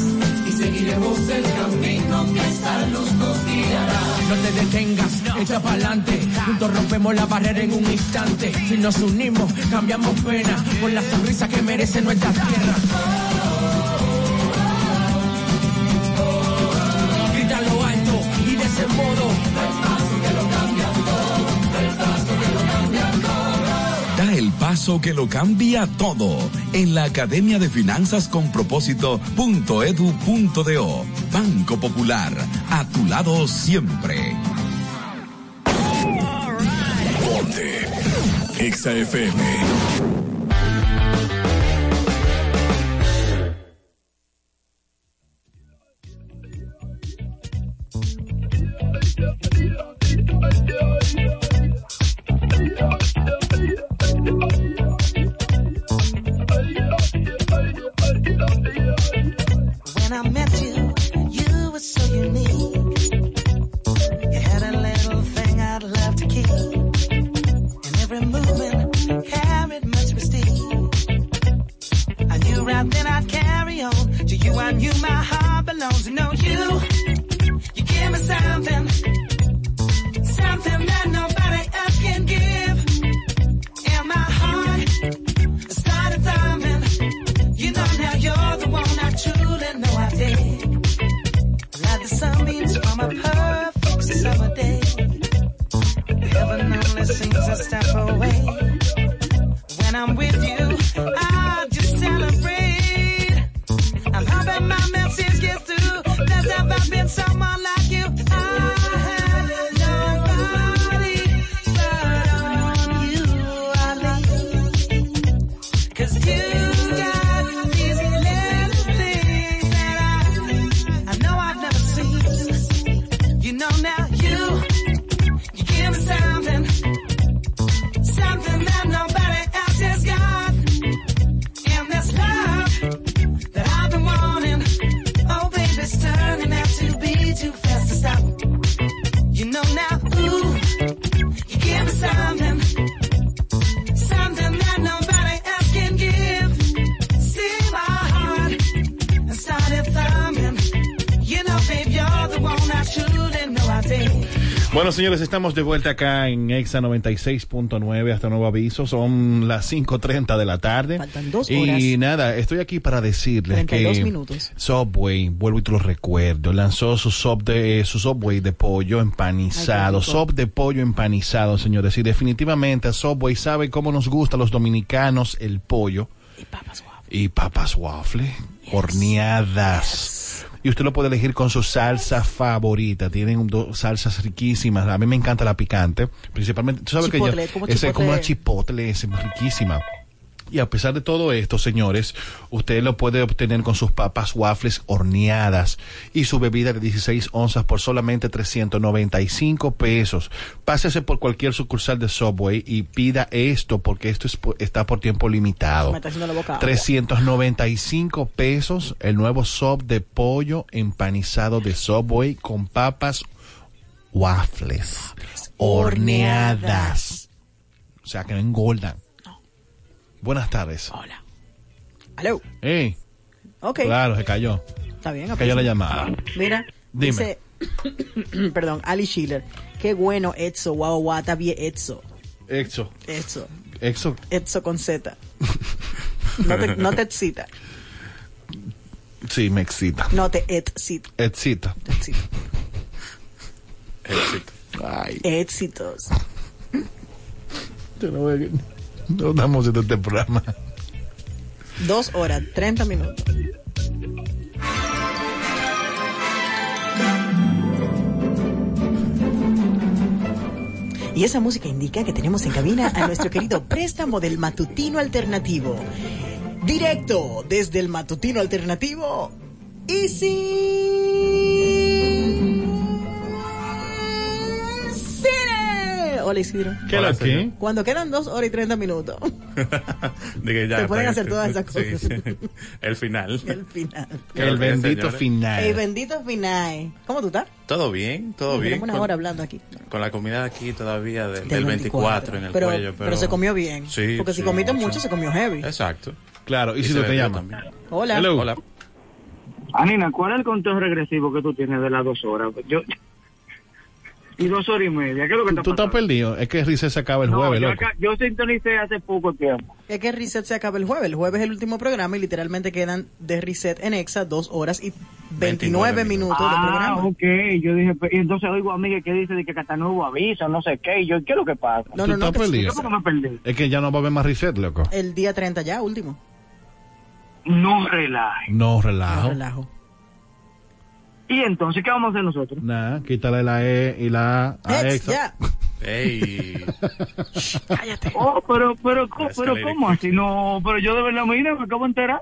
y seguiremos el camino que esa luz nos guiará. No te detengas, echa para adelante. Juntos rompemos la barrera en un instante. Si nos unimos, cambiamos pena por la sonrisa que merece nuestra tierra. grita lo alto y de ese modo
Da el paso que lo cambia todo en la Academia de Finanzas con Propósito.edu.do. Banco Popular, a tu lado siempre.
When I met you, you were so unique. You had a little thing I'd love to keep. And every movement carried much prestige. I knew right then I'd carry on. To you I knew my heart belongs. to know you, you give me something. Something that nobody else can give. And my heart started thumping. You know now you're the one I truly know I did. Like the sunbeams from a perfect summer day. Heaven only seems a step away. When I'm with you, I just celebrate. I'm hoping my message gets through. There's never been someone like you. I had nobody but on you I lean. Cause you got these little things that I, I know I've never seen. You know now you, you give me something, something that nobody else has got. And this love that I've been wanting, oh baby, it's turning out to be too fast to stop. You know now, ooh, you give me something. Something that nobody else can give. See my heart and started thumping. You know, babe, you're the one I truly know I did.
Bueno, señores, estamos de vuelta acá en Exa 96.9 hasta nuevo aviso. Son las 5.30 de la tarde.
Faltan dos
Y
horas.
nada, estoy aquí para decirles
32
que
minutos.
Subway, vuelvo y te lo recuerdo, lanzó su, sub de, su Subway de pollo empanizado.
Ay, qué rico.
sub de pollo empanizado, señores. Y definitivamente Subway sabe cómo nos gusta a los dominicanos el pollo. y papas waffle horneadas. Y usted lo puede elegir con su salsa favorita. Tienen dos salsas riquísimas. A mí me encanta la picante. Principalmente, tú sabes que
Chipotle,
yo-
como
ese,
chipotle.
como una chipotle es riquísima. Y a pesar de todo esto, señores, usted lo puede obtener con sus papas waffles horneadas y su bebida de 16 onzas por solamente 395 pesos. Pásese por cualquier sucursal de Subway y pida esto porque esto es po- está por tiempo limitado.
Me está haciendo la boca agua.
395 pesos el nuevo sub de pollo empanizado de Subway con papas waffles horneadas. O sea, que no engordan. Buenas tardes.
Hola. Hello.
Hey,
Ok. pues,
Claro, se cayó.
Está bien.
Se
ok.
cayó la llamada.
Mira,
Dime.
dice, perdón, Ali Schiller. Qué bueno, Etso. Wow, wow, está bien, Etso.
Exo.
Etso.
Exo.
Etso con Z. No te, no te excita.
Sí, me excita.
No te excita.
Excita.
Excita.
Excita. Ay,
Éxitos.
yo no voy a... No damos de este programa.
Dos horas, 30 minutos. Y esa música indica que tenemos en cabina a nuestro querido préstamo del matutino alternativo. Directo desde el matutino alternativo. Easy. Cine. Hola Isidro.
¿Qué Hola, lo que? señor.
Cuando quedan dos horas y 30 minutos.
De que ya
Se
está
pueden
en
hacer
el-
todas esas
sí,
cosas.
sí. El final.
El final.
El bendito final.
El bendito final. ¿Cómo tú estás?
Todo bien, todo bien.
Tenemos una
con-
hora hablando aquí.
Con la comida de aquí todavía de- del,
24,
24 en el
pero-
cuello. Pero,
pero se comió bien,
Sí.
porque si
sí,
comiste mucho, se comió heavy.
Exacto.
Claro, y,
se
si lo te
bebió
llama.
también.
Hola.
Hola.
Anina, ¿cuál es el conteo regresivo que tú tienes de las dos horas? Yo... Y dos horas y media, ¿qué es lo que
Tú,
está
tú estás
pasando?
perdido. Es que Rice se acaba el
No,
jueves,
yo,
loco.
acá- yo sintonicé hace poco tiempo.
Es que Reset se acaba el jueves. El jueves es el último programa y literalmente quedan de Reset en Exa dos horas y 29, minutos de
Ah,
programa.
ok, yo dije, pe- y entonces oigo a Miguel que dice de que Catanuevo avisa, no sé qué, y yo, ¿qué es lo que pasa?
No, Tú no, no, estás que- perdido.
Yo como me perdí.
Es que ya no va a haber más reset, loco.
El día 30 ya, último.
No relaje.
No relajo.
Relajo.
Y entonces, ¿qué vamos a hacer nosotros?
Nada, quítale la E y la A. a
Ex,
Exa.
ya.
Ey.
Oh, pero, pero, co-
Escalera.
pero, ¿cómo así? No, pero yo de verdad, mira, me acabo de enterar.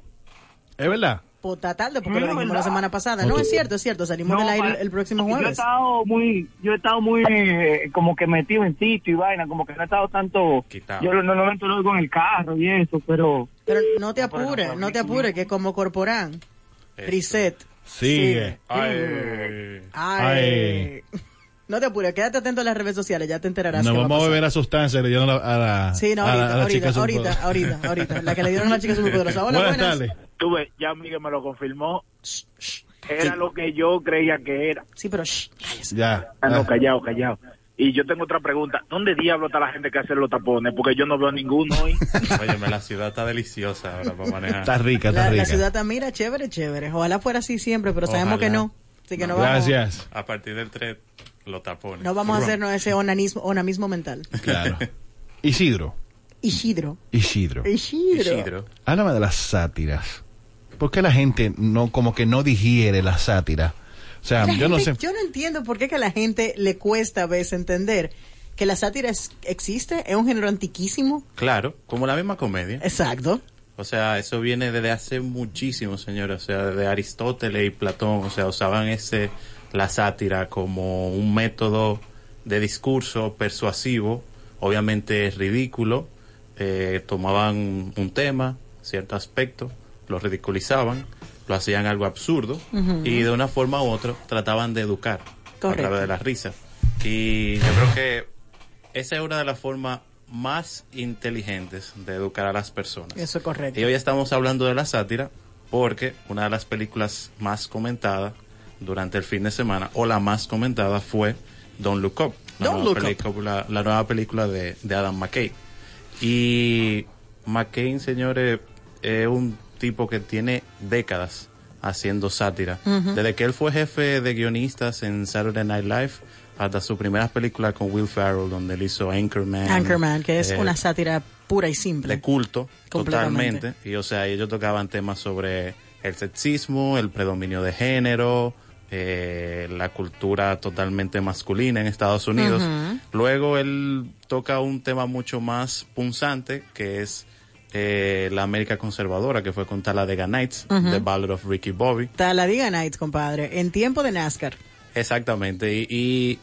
¿Es verdad?
Puta Pues tarde, porque
No,
lo dijimos
¿verdad?
la semana pasada.
No,
No,
tú-
es cierto, es cierto. Salimos
No,
del aire
para-
el, el próximo
Yo he
jueves.
estado muy, yo he estado muy, eh, como que metido en sitio y vaina, como que no he estado tanto.
Quitado.
Yo lo- normalmente lo oigo en el carro y eso, pero.
Pero no te apures, no te apures, que como Corporán, Reset.
Sigue. Ah,
Ay.
Ay. No te apures, quédate atento a las redes sociales, ya te enterarás.
Nos
qué va
vamos a
pasar.
beber a sustancia que le dieron a la, a la-
Sí, no,
a la- a
ahorita,
la
ahorita,
chica su-
ahorita, ahorita, ahorita. La que le dieron a la chica superpoderosa. Hola,
buenas,
buenas.
tardes.
Tuve, ya Miguel me lo confirmó. Era lo que yo creía que era.
Sí, pero
Ya.
Ah, no, callado, callado. Y yo tengo otra pregunta. ¿Dónde diablo está la gente que hace los tapones? Porque yo no veo ninguno hoy.
Óyeme, la ciudad está deliciosa ahora para manejar.
Está rica, está
la, la
rica.
ciudad está, mira, chévere, chévere. Ojalá fuera así siempre, pero sabemos
Ojalá.
que no. Así que no, vamos,
Gracias.
A partir del 3, los tapones.
no vamos a
Rum.
hacernos ese onanismo, onamismo mental.
Claro. Isidro.
Isidro.
Isidro.
Isidro.
Háblame de las sátiras. ¿Por qué la gente no, como que no digiere la sátira? O sea,
La
yo no sé.
gente- yo no entiendo por qué que a la gente le cuesta a veces entender que la sátira es- existe, es un género antiquísimo.
Claro, como la misma comedia.
Exacto.
O sea, eso viene desde hace muchísimo, señores. O sea, desde Aristóteles y Platón. O sea, usaban ese, la sátira como un método de discurso persuasivo. Obviamente es ridículo. Eh, tomaban un tema, cierto aspecto, lo ridiculizaban, lo hacían algo absurdo
Ujú.
y de una forma u otra trataban de educar
Correcto.
a través de la risa. Y yo creo que esa es una de las formas más inteligentes de educar a las personas.
Eso es correcto.
Y hoy estamos hablando de la sátira porque una de las películas más comentadas durante el fin de semana, o la más comentada, fue Don't Look Up, la,
Don't
nueva,
Look Up.
película, la nueva película de, de Adam McKay. Y McCain, señores, es un tipo que tiene décadas haciendo sátira.
Ujú.
Desde que él fue jefe de guionistas en Saturday Night Live hasta su primera película con Will Ferrell, donde él hizo Anchorman.
Anchorman, que es
eh,
una sátira pura y simple.
de culto
Completamente.
totalmente y o sea ellos tocaban temas sobre el sexismo el predominio de género eh, la cultura totalmente masculina en Estados Unidos
Ujú.
luego él toca un tema mucho más punzante que es eh, la América Conservadora, que fue con Talladega Nights,
Ujú.
The Ballad of Ricky Bobby.
Talladega Nights, compadre, en tiempo de NASCAR.
Exactamente. Y, y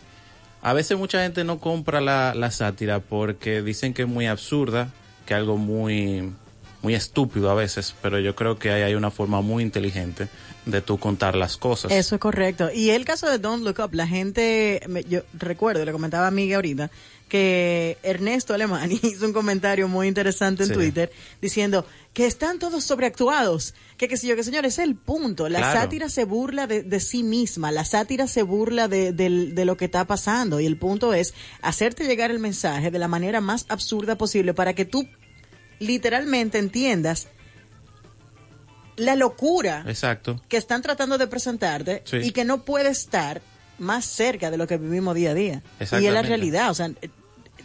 a veces mucha gente no compra la, la sátira porque dicen que es muy absurda, que es algo muy, muy estúpido a veces, pero yo creo que ahí hay una forma muy inteligente de tú contar las cosas.
Eso es correcto. Y el caso de Don't Look Up, la gente, me- yo recuerdo, le comentaba a Miguel ahorita, que Ernesto Alemani hizo un comentario muy interesante en
Sí.
Twitter diciendo que están todos sobreactuados, que qué sé yo, que señores, es el punto. La
Claro.
sátira se burla de, de sí misma, la sátira se burla de, del- de lo que está pasando y el punto es hacerte llegar el mensaje de la manera más absurda posible para que tú literalmente entiendas la locura
Exacto.
que están tratando de presentarte
Sí.
y que no puede estar más cerca de lo que vivimos día a día. Y es la
Exactamente.
realidad, o sea,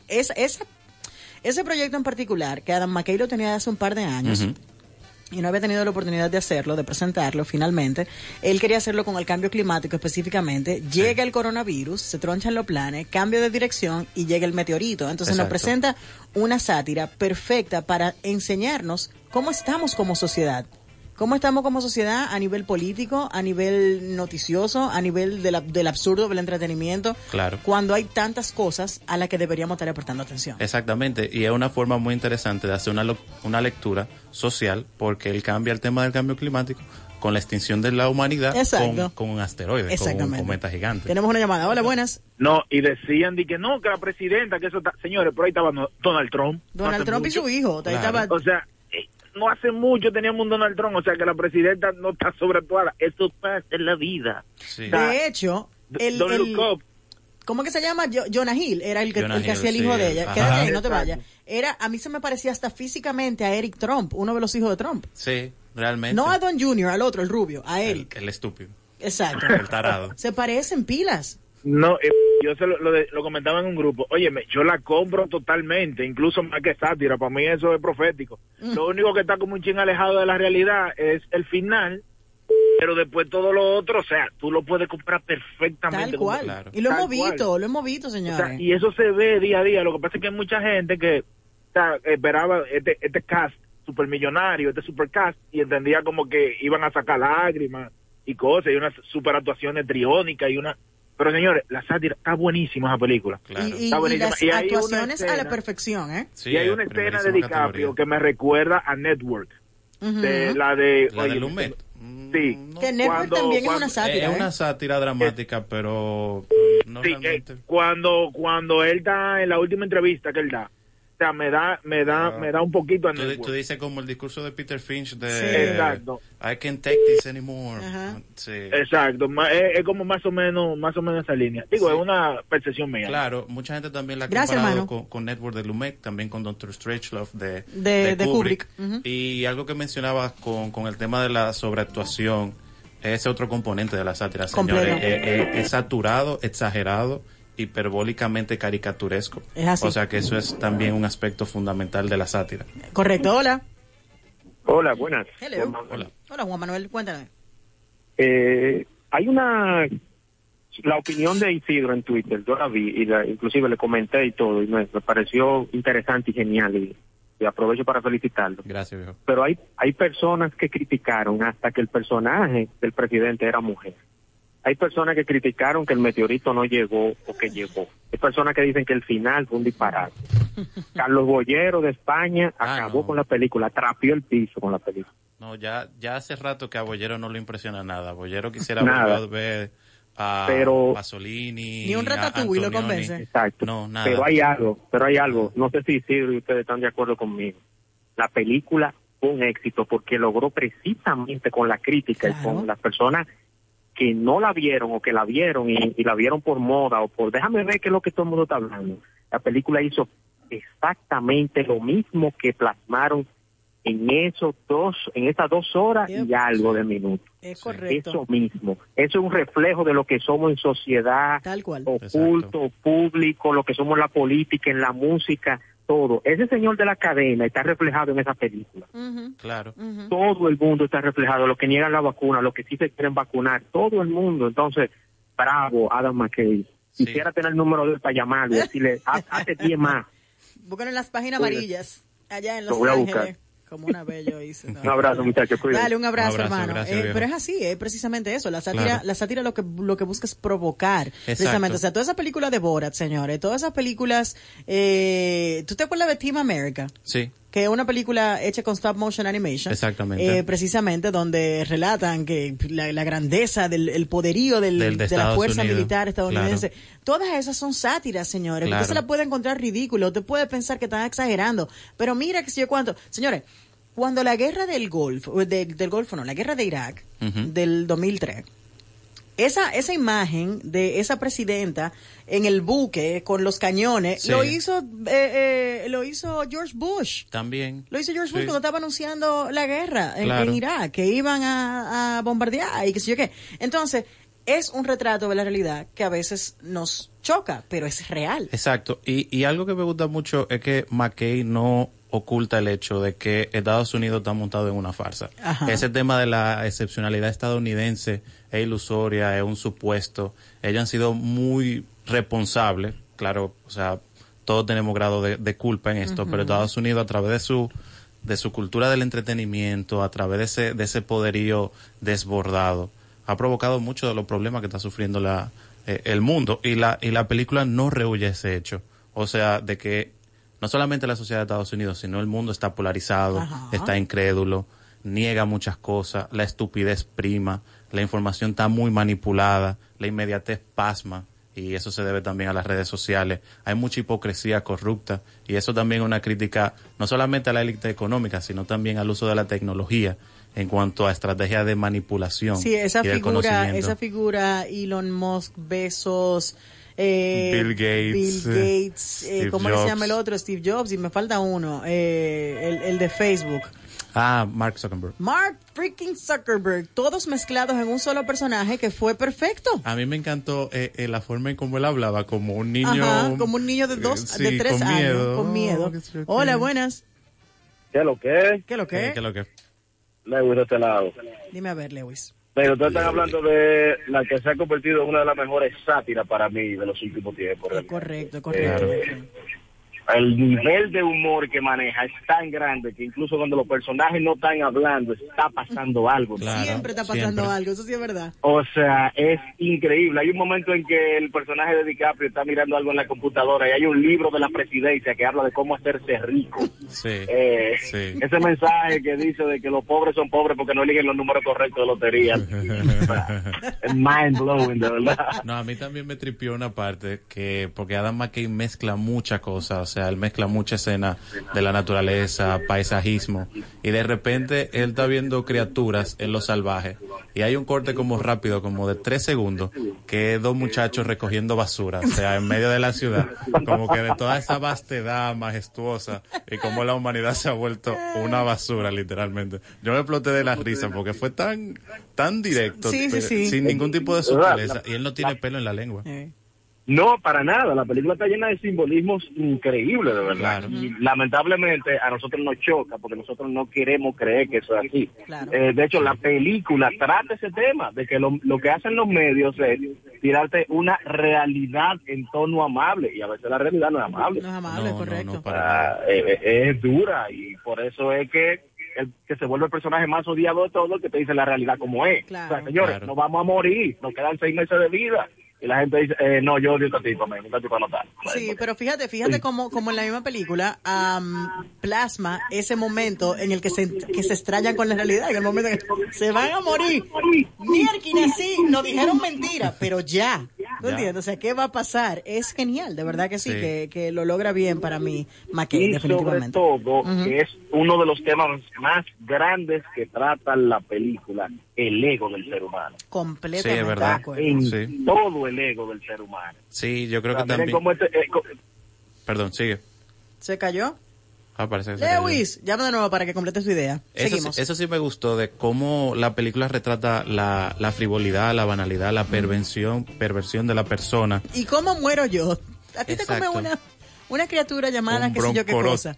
es, esa- ese proyecto en particular que Adam McKay lo tenía hace un par de años
Ujú.
y no había tenido la oportunidad de hacerlo, de presentarlo finalmente, él quería hacerlo con el cambio climático específicamente, llega el coronavirus, se tronchan los planes, cambio de dirección y llega el meteorito. Entonces nos
Exacto.
presenta una sátira perfecta para enseñarnos cómo estamos como sociedad. ¿Cómo estamos como sociedad a nivel político, a nivel noticioso, a nivel de la- del absurdo, del entretenimiento?
Claro.
Cuando hay tantas cosas a las que deberíamos estar prestando atención.
Exactamente, y es una forma muy interesante de hacer una, lo- una lectura social porque él cambia el tema del cambio climático con la extinción de la humanidad
Exacto.
con, con un asteroide, con un
Exactamente.
cometa gigante.
Tenemos una llamada. Hola, buenas.
No, y decían de que no, que la presidenta, que eso está... Señores, pero ahí estaba no- Donald Trump. No
Donald
hace
Trump y
mucho.
su hijo. Ahí
Claro.
estaba-
O sea, eh, no hace mucho teníamos un Donald Trump, o sea que la presidenta no está sobreactuada. Eso pasa en la vida. O sea,
De hecho,
D-
el,
Don't
el-
Look Up.
¿cómo que se llama? Jo- Jonah Hill era el que,
Jonah
el que
Hill,
hacía el
sí,
hijo de
el-
ella.
ajá.
Quédate ahí, no te
Exacto.
vayas. Era, a mí se me parecía hasta físicamente a Eric Trump, uno de los hijos de Trump.
Sí, realmente.
No a Don Jr., al otro, el rubio, a
el,
Eric.
el estúpido,
Exacto.
el tarado.
Se parecen pilas.
No, eh, yo se lo, lo de- lo comentaba en un grupo. Óyeme, yo la compro totalmente, incluso más que sátira. Para mí eso es profético.
Mm.
Lo único que está como un ching alejado de la realidad es el final, pero después todo lo otro, o sea, tú lo puedes comprar perfectamente.
Tal
como-
cual. Y lo
Tal
hemos
cual.
visto, lo hemos visto,
O
señores.
sea, y eso se ve día a día. Lo que pasa es que hay mucha gente que o sea, esperaba este, este cast supermillonario, este supercast, y entendía como que iban a sacar lágrimas y cosas, y unas superactuaciones triónicas y una... Pero señores, la sátira está buenísima esa película.
Y- y-
Ah, está
y
buenísima.
las
Y hay una
actuaciones a la
escena-
perfección, ¿eh?
y hay una escena de DiCaprio que me recuerda a Network.
Ujú.
De, la de...
La de
oye,
Lumet.
Sí.
Que Network
Cuando-
también es
cuando-
una sátira.
es
¿eh?
una sátira dramática, pero no
Sí,
realmente-
eh, cuando cuando él da en la última entrevista que él da, o sea, me da me da me da un poquito a
Tú, di-
Network.
tú dices como el discurso de Peter Finch de
Sí. Exacto.
I can't take this anymore. Sí.
Exacto, ma- es, es como más o menos más o menos esa línea. Digo, es una percepción mía.
Claro, mucha gente también la ha
Gracias,
comparado
hermano.
con, con Network de Lumet, también con Doctor Strangelove de,
De- de Kubrick.
Y algo que mencionabas con, con el tema de la sobreactuación, ese otro componente de la sátira, señores,
Completo.
eh, eh, es, saturado, exagerado, hiperbólicamente caricaturesco.
Es así.
O sea que eso es también un aspecto fundamental de la sátira.
Correcto, hola.
Hola, buenas.
Hello. Hola, Juan Manuel, cuéntame.
Eh, hay una... La opinión de Isidro en Twitter, yo la vi, y la, inclusive le comenté y todo, y me, me pareció interesante y genial, y, y aprovecho para felicitarlo.
Gracias, viejo.
Pero hay, hay personas que criticaron hasta que el personaje del presidente era mujer. Hay personas que criticaron que el meteorito no llegó o que llegó. Hay personas que dicen que el final fue un disparate. Carlos Bollero de España acabó con la película, trapió el piso con la película.
No, ya, ya hace rato que a Bollero no le impresiona nada. Bollero quisiera volver
Nada.
a ver a
Pero-
Pasolini.
Ni un
a
Ratatouille lo
Antonioni.
convence. Exacto.
No, nada.
Pero hay algo, pero hay algo. No sé si Isidro y ustedes están de acuerdo conmigo. La película fue un éxito porque logró precisamente con la crítica y con las personas que no la vieron o que la vieron y, y la vieron por moda o por déjame ver qué es lo que todo el mundo está hablando. La película hizo exactamente lo mismo que plasmaron en esos dos, en esas dos horas y algo de minutos.
Es
Eso
correcto.
mismo. Eso es un reflejo de lo que somos en sociedad, oculto, público, lo que somos en la política, en la música, todo. Ese señor de la cadena está reflejado en esa película.
Claro.
Todo el mundo está reflejado, los que niegan la vacuna, los que sí se quieren vacunar, todo el mundo. Entonces, bravo, Adam McKay. Quisiera tener el número de él para llamarlo y decirle, "Haz- hazte 10 más.
Búscalo en las páginas amarillas, allá en Los
Lo voy a
Ángeles.
buscar.
Como una vez yo hice. no.
Un abrazo, muchachos. cuídense.
Dale, un abrazo,
Un abrazo,
hermano.
gracias,
Eh,
viejo.
pero es así, es precisamente eso. La sátira,
Claro.
la sátira lo que, lo que busca es provocar. Precisamente. O sea, todas esas películas de Borat, señores, todas esas películas, eh, ¿tú te acuerdas de Team America?
Sí,
que es una película hecha con stop motion animation.
Exactamente.
Eh, precisamente donde relatan que la, la grandeza del el poderío del,
Del- de
de, la
Estados
fuerza
Unidos,
militar estadounidense. Todas esas son sátiras, señores.
Claro.
Usted se la puede encontrar ridículo, usted puede pensar que están exagerando, pero mira que si yo cuánto. Señores, cuando la guerra del Golfo, eh, de- del Golfo no, la guerra de Irak, del 2003. Esa, esa imagen de esa presidenta en el buque con los cañones
Sí.
lo hizo eh, eh, lo hizo George Bush.
también.
Lo hizo George Bush
Sí.
cuando estaba anunciando la guerra en,
Claro.
en Irak, que iban a, a bombardear y qué sé yo qué. Entonces, es un retrato de la realidad que a veces nos choca, pero es real.
Exacto. Y, y algo que me gusta mucho es que McKay no oculta el hecho de que Estados Unidos está montado en una farsa.
Ajá.
Ese tema de la excepcionalidad estadounidense es ilusoria, es un supuesto. Ellos han sido muy responsables, claro, o sea, todos tenemos grado de, de culpa en esto,
Ujú.
pero Estados Unidos a través de su de su cultura del entretenimiento, a través de ese, de ese poderío desbordado, ha provocado muchos de los problemas que está sufriendo la, eh, el mundo. Y la, y la película no rehuye ese hecho. O sea, de que no solamente la sociedad de Estados Unidos, sino el mundo está polarizado,
Ajá.
está incrédulo, niega muchas cosas, la estupidez prima, la información está muy manipulada, la inmediatez pasma. Y eso se debe también a las redes sociales. Hay mucha hipocresía corrupta y eso también es una crítica no solamente a la élite económica, sino también al uso de la tecnología en cuanto a estrategias de manipulación.
Sí, esa
y del
figura,
conocimiento.
esa figura, Elon Musk, Besos, eh,
Bill Gates,
Bill
eh,
Gates, eh,
Steve
¿cómo se
Jobs.
llama el otro? Steve Jobs, y me falta uno, eh, el, el de Facebook.
Ah, Mark Zuckerberg.
Mark freaking Zuckerberg, todos mezclados en un solo personaje que fue perfecto.
A mí me encantó eh, eh, la forma en cómo él hablaba, como un niño.
Ajá, como un niño de dos,
eh, sí,
de tres
con
años,
miedo.
con miedo. Oh, Hola, buenas.
¿Qué es lo que es?
¿Qué es lo
Eh,
que
que
es?
lo que-
Lewis de este lado.
Dime a ver, Lewis.
Pero ustedes están hablando de la que se ha convertido en una de las mejores sátiras para mí de los últimos tiempos. realmente. Eh,
Correcto, correcto.
El nivel de humor que maneja es tan grande que incluso cuando los personajes no están hablando, está pasando algo.
Siempre está pasando algo, eso sí es verdad.
O sea, es increíble. Hay un momento en que el personaje de DiCaprio está mirando algo en la computadora y hay un libro de la presidencia que habla de cómo hacerse rico.
Sí.
Eh,
sí.
Ese mensaje que dice de que los pobres son pobres porque no eligen los números correctos de lotería. Es Mind blowing, de verdad.
No, a mí también me tripió una parte que, porque Adam McKay mezcla muchas cosas, o sea, él mezcla mucha escena de la naturaleza, paisajismo, y de repente él está viendo criaturas en lo salvaje, y hay un corte como rápido, como de tres segundos, que es dos muchachos recogiendo basura, o sea, en medio de la ciudad, como que de toda esa vastedad majestuosa, y como la humanidad se ha vuelto una basura, literalmente. Yo me exploté de la risa, porque fue tan, tan directo,
Sí, sí,
pero
sí.
sin ningún tipo de sutileza, y él no tiene pelo en la lengua.
Eh.
No, para nada. La película está llena de simbolismos increíbles, de verdad. Y lamentablemente a nosotros nos choca porque nosotros no queremos creer que eso es así. Eh, de hecho, la película trata ese tema de que lo, lo que hacen los medios es tirarte una realidad en tono amable y a veces la realidad no es amable.
No es amable, correcto.
Ah, eh, eh, es dura y por eso es que el que se vuelve el personaje más odiado de todos que te dice la realidad como es.
Claro.
O sea, señores,
Claro.
nos vamos a morir, nos quedan seis meses de vida. Y la gente dice, eh, no, yo odio a este tipo, me gusta tipo no tal.
Sí, pero fíjate, fíjate cómo, como en la misma película am, plasma ese momento en el que se, que se estrellan con la realidad, en el momento en que se van a morir. Mierda, sí, nos dijeron mentira, pero ya. ¿Tú
Ya.
entiendes? O sea, ¿qué va a pasar? Es genial, de verdad que sí,
Sí.
Que, que lo logra bien para mí, Mackey,
y sobre
definitivamente.
todo,
Ujú.
que es uno de los temas más grandes que trata la película, el ego del ser humano.
Completamente
Sí, es
de
verdad.
acuerdo.
En
Sí.
todo el ego del ser humano.
Sí, yo creo
O sea,
que
miren
también.
cómo este- eh, co-
Perdón, sigue.
¿Se cayó?
Ah, parece que se cayó.
Lewis, llama de nuevo para que complete su idea.
Eso,
Seguimos.
sí- eso sí me gustó de cómo la película retrata la, la frivolidad, la banalidad,
Mm.
la perversión, perversión de la persona.
¿Y cómo muero yo? A ti te
Exacto.
come una, una criatura llamada,
Un
qué sé yo qué
broncorot-
cosa.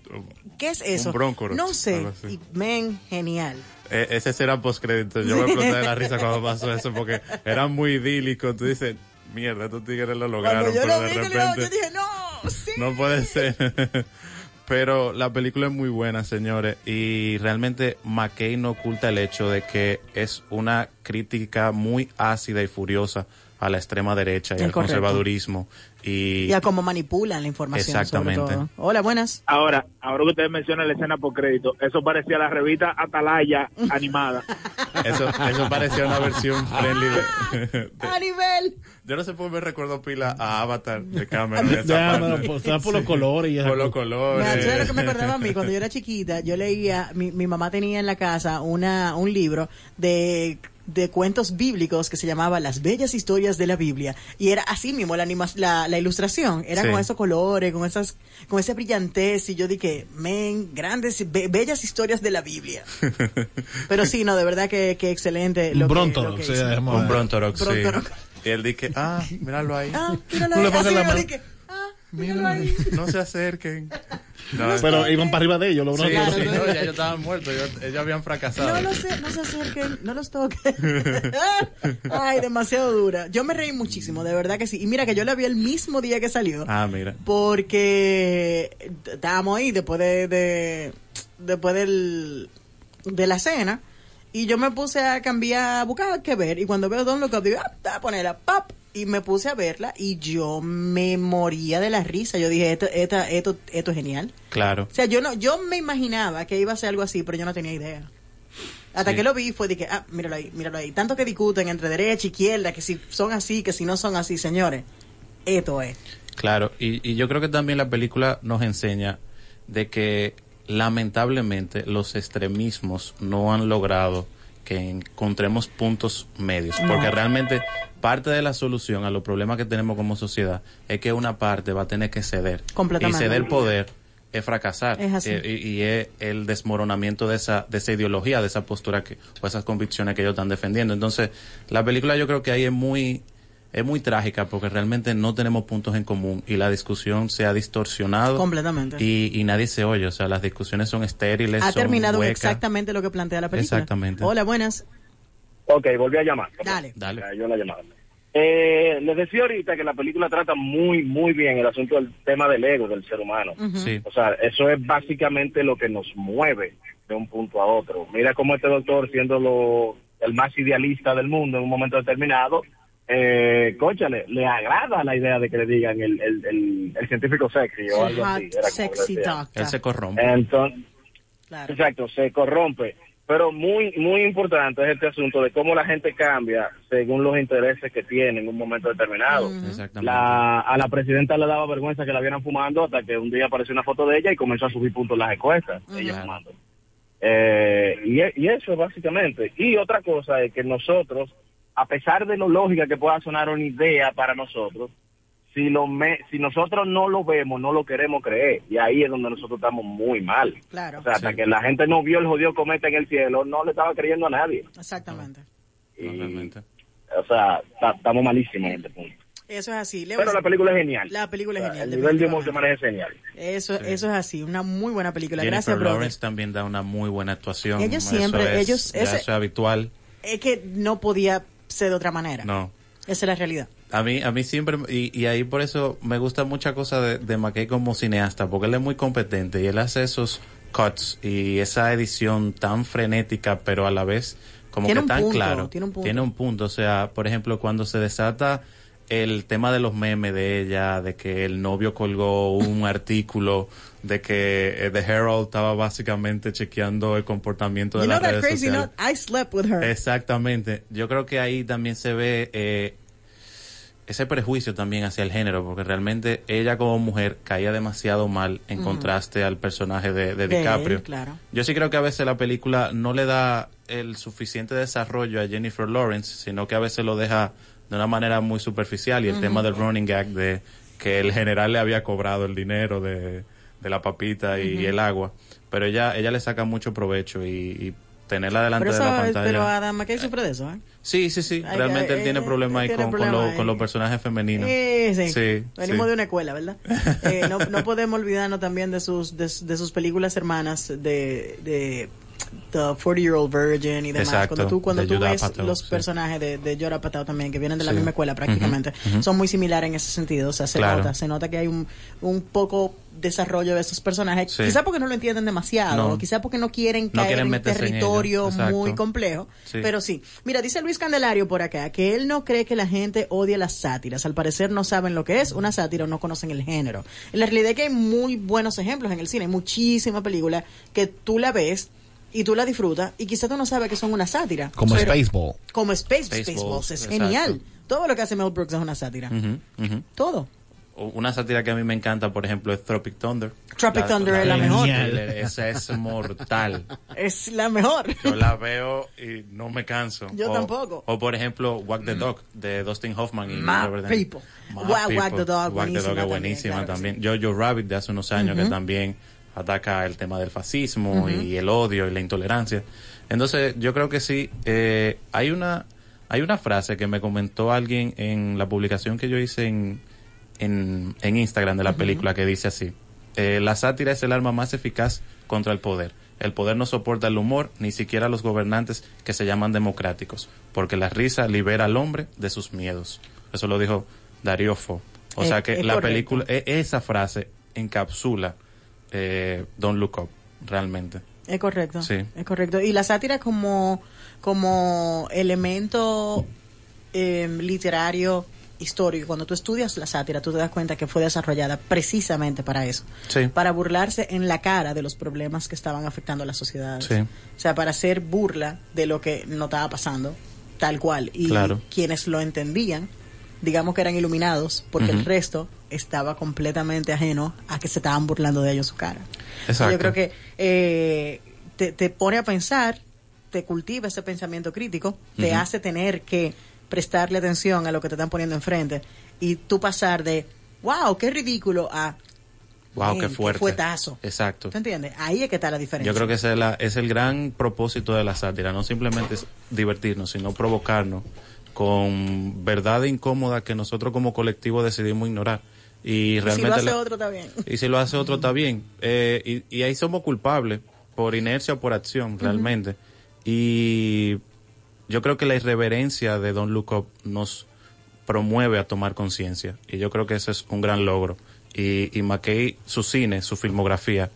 ¿Qué es eso?
Un broncorot,
no sé.
algo así.
Y, men, genial.
E- ese será postcrédito. Yo me
Sí.
exploté de la risa cuando pasó eso porque era muy idílico. Tú dices, mierda, estos tigres lo lograron,
Cuando yo
pero
lo
de
vi, que le-
repente
yo dije, no, sí.
no puede ser. Pero la película es muy buena, señores, y realmente McKay no oculta el hecho de que es una crítica muy ácida y furiosa a la extrema derecha y
Es
al
correcto.
conservadurismo. Y
Ya cómo manipulan la información. sobre
Exactamente.
todo. Hola, buenas.
Ahora, ahora que ustedes mencionan la escena por crédito, eso parecía la revista Atalaya animada.
eso, eso parecía una versión friendly de-
A nivel.
Yo no sé por qué me recuerdo pila a Avatar de Cameron. en esa
Ya,
parte.
pero por, está por los
Sí.
colores. y esas
Por los
cosas.
colores.
Eso era lo que me acordaba a mí. Cuando yo era chiquita, yo leía, mi, mi mamá tenía en la casa una, un libro de de cuentos bíblicos que se llamaba Las Bellas Historias de la Biblia y era así mismo la anima- la, la ilustración era
Sí.
con esos colores con esas con esa brillantez y yo dije men grandes be- bellas historias de la Biblia
Eh,
pero sí no de verdad que, que excelente lo que- lo que hizo.
Un Brontorox, sí.
Brontorox.
Y él dice, ah, míralo ahí.
Ah, míralo
No
ahí.
le pongas
Así
la
mismo
mano.
dije, ah, míralo ahí.
No se acerquen. No,
Pero
está-
iban para arriba de ellos, los
Sí,
broncos.
sí, no, ya yo estaba muerto, yo- ellos habían fracasado.
No lo sé, no se acerquen, no los toquen. Ay, demasiado dura. Yo me reí muchísimo, de verdad que sí. Y mira que yo la vi el mismo día que salió,
Ah, mira.
porque t- estábamos ahí después de, de- después del, de la cena y yo me puse a cambiar, a buscar qué ver y cuando veo Don Loco digo, ah, te voy a ponerla, pap. Y me puse a verla y yo me moría de la risa. Yo dije, esto, esta, esto, esto es genial.
Claro.
O sea, yo no, yo me imaginaba que iba a ser algo así, pero yo no tenía idea. Hasta
Sí.
que lo vi fue de que, ah, míralo ahí, míralo ahí. Tanto que discuten entre derecha, izquierda, que si son así, que si no son así, señores. Esto es.
Claro, y, y yo creo que también la película nos enseña de que lamentablemente los extremismos no han logrado que encontremos puntos medios,
No.
porque realmente parte de la solución a los problemas que tenemos como sociedad es que una parte va a tener que ceder y
Completamente.
ceder poder es fracasar
Es así.
Eh, y, y es el desmoronamiento de esa de esa ideología, de esa postura que, o esas convicciones que ellos están defendiendo. Entonces, la película yo creo que ahí es muy es muy trágica porque realmente no tenemos puntos en común y la discusión se ha distorsionado
Completamente.
y, y nadie se oye, o sea, las discusiones son estériles.
ha
son
terminado
huecas.
exactamente lo que plantea la película.
Exactamente.
Hola, buenas.
Ok, volví a llamar.
Dale.
Dale.
Yo la llamada. Eh, les decía ahorita que la película trata muy, muy bien el asunto del tema del ego del ser humano.
Ujú. Sí.
O sea, eso es básicamente lo que nos mueve de un punto a otro. Mira cómo este doctor, siendo lo, el más idealista del mundo en un momento determinado, eh, cónchale, le agrada la idea de que le digan el, el, el- el científico sexy o algo así.
Hot,
era como
sexy
decía.
doctor.
Él se corrompe.
Entonces,
Claro.
Exacto, se corrompe. Pero muy, muy importante es este asunto de cómo la gente cambia según los intereses que tiene en un momento determinado. La, a la presidenta le daba vergüenza que la vieran fumando hasta que un día apareció una foto de ella y comenzó a subir puntos en las encuestas, ella fumando. Eh, y, e- y eso es básicamente. Y otra cosa es que nosotros, a pesar de lo lógica que pueda sonar una idea para nosotros, si, lo me- si nosotros no lo vemos, no lo queremos creer. Y ahí es donde nosotros estamos muy mal.
Claro.
O sea, hasta que la gente no vio el jodido cometa en el cielo, no le estaba creyendo a nadie.
Exactamente.
Y, O sea, ta- estamos malísimos en este punto.
Eso es así. Le voy a
Pero la
decir-
película es genial.
La película
O
es
sea,
genial.
El nivel de humor que
definitivamente.
maneja es genial.
Eso, eso es así. Una muy buena película.
Jennifer
Gracias, brother.
Lawrence también da una muy buena actuación.
Ellos
Eso
siempre-
es-
ellos-
ya
ese-
eso es habitual.
Es que no podía ser de otra manera.
No.
Esa es la realidad.
A mí, a mí siempre, y, y ahí por eso me gusta mucha cosa de, de McKay como cineasta, porque él es muy competente y él hace esos cuts y esa edición tan frenética, pero a la vez como
Tiene
que
un
tan
punto,
claro.
tiene un punto.
punto. O sea, por ejemplo, cuando se desata el tema de los memes de ella, de que el novio colgó un artículo, de que eh, The Herald estaba básicamente chequeando el comportamiento de
You know
las
that
redes
crazy
sociales.
note? I slept with her.
Exactamente. Yo creo que ahí también se ve eh, ese prejuicio también hacia el género, porque realmente ella como mujer caía demasiado mal en
Ujú.
contraste al personaje de, de
De él,
Eh, DiCaprio.
claro.
Yo sí creo que a veces la película no le da el suficiente desarrollo a Jennifer Lawrence, sino que a veces lo deja de una manera muy superficial y el
Ujú.
tema del running gag de que el general le había cobrado el dinero de, de la papita y,
Ujú.
el agua, pero ella ella le saca mucho provecho y, y tenerla delante
Pero,
de la
eso,
pantalla.
pero Adam McKay sufre de eso, ¿eh?
Sí, sí, sí.
Ay,
Realmente
ay,
él tiene
ay,
problemas ahí
tiene
con, con
problemas
los-
ahí.
con los personajes femeninos.
Eh, sí.
Sí,
Venimos
sí.
de una escuela, ¿verdad? Eh, no, no podemos olvidarnos también de sus de, de sus películas hermanas de, de The 40 Year Old Virgin y demás.
Exacto,
cuando tú, cuando
de
tú
Judd
ves
Apatow,
los
sí.
personajes de, de Judd Apatow también, que vienen de la
Sí.
misma escuela prácticamente,
Ujú, ujú.
son muy similares en ese sentido. O sea, se
Claro.
nota, se nota que hay un, un poco desarrollo de esos personajes.
Sí.
Quizá porque no lo entienden demasiado,
No.
o quizá porque no quieren
No
caer
quieren
en un
meterse en ello,
territorio
exacto.
muy complejo.
Sí.
Pero sí. Mira, dice Luis Candelario por acá que él no cree que la gente odie las sátiras. Al parecer no saben lo que es una sátira o no conocen el género. La realidad es que hay muy buenos ejemplos en el cine. Hay muchísimas películas que tú la ves y tú la disfrutas y quizás tú no sabes que son una sátira.
Como
Pero-
Spaceball.
Como Space,
Spaceballs,
Spaceballs. Es
exacto. Mm.
genial. Todo lo que hace Mel Brooks es una sátira.
Ujú, ujú.
Todo.
O- Una sátira que a mí me encanta, por ejemplo, es Tropic Thunder.
Tropic Thunder es la
Genial.
mejor.
Esa es mortal.
Es la mejor.
Yo la veo y no me canso.
Yo
O-
tampoco.
O por ejemplo, Whack the Dog de Dustin Hoffman y
Mad
Robert De Niro.
People.
Mad
Wow,
People.
Whack the Dog,
Whack the
buenísima
Dog es
también,
buenísima
claro que
también. Jojo Rabbit de hace unos años
Ujú.
que también ataca el tema del fascismo
Ujú.
y el odio y la intolerancia. Entonces, yo creo que sí, eh, hay una hay una frase que me comentó alguien en la publicación que yo hice en, en, en Instagram de la película que dice así, eh, la sátira es el arma más eficaz contra el poder. El poder no soporta el humor, ni siquiera los gobernantes que se llaman democráticos, porque la risa libera al hombre de sus miedos. Eso lo dijo Darío Fo. O
Eh,
sea que
es
la
correcto.
película, e- esa frase encapsula eh, Don't Look Up, realmente.
Es correcto.
Sí.
Es correcto. Y la sátira como, como elemento eh, literario histórico, cuando tú estudias la sátira, tú te das cuenta que fue desarrollada precisamente para eso,
Sí.
para burlarse en la cara de los problemas que estaban afectando a la sociedad.
Sí.
O sea, para hacer burla de lo que no estaba pasando, tal cual. Y
Claro.
quienes lo entendían, digamos que eran iluminados, porque el
Ujú.
resto estaba completamente ajeno a que se estaban burlando de ellos su cara.
Exacto.
Yo creo que eh, te, te pone a pensar, te cultiva ese pensamiento crítico, te
Ujú.
hace tener que prestarle atención a lo que te están poniendo enfrente y tú pasar de, wow, qué ridículo, a,
Wow, qué
"Man,
fuerte.
fuetazo.
Exacto.
¿Te entiendes? Ahí es que está la diferencia.
Yo creo que ese es, la- es el gran propósito de la sátira, no simplemente es divertirnos, sino provocarnos con verdad incómoda que nosotros como colectivo decidimos ignorar. Y
si lo
realmente
hace
la-
otro está bien.
y si lo hace otro está bien. Eh, y, y ahí somos culpables por inercia o por acción, realmente. Y yo creo que la irreverencia de Don Look Up nos promueve a tomar conciencia. Y yo creo que ese es un gran logro. Y, y McKay, su cine, su filmografía,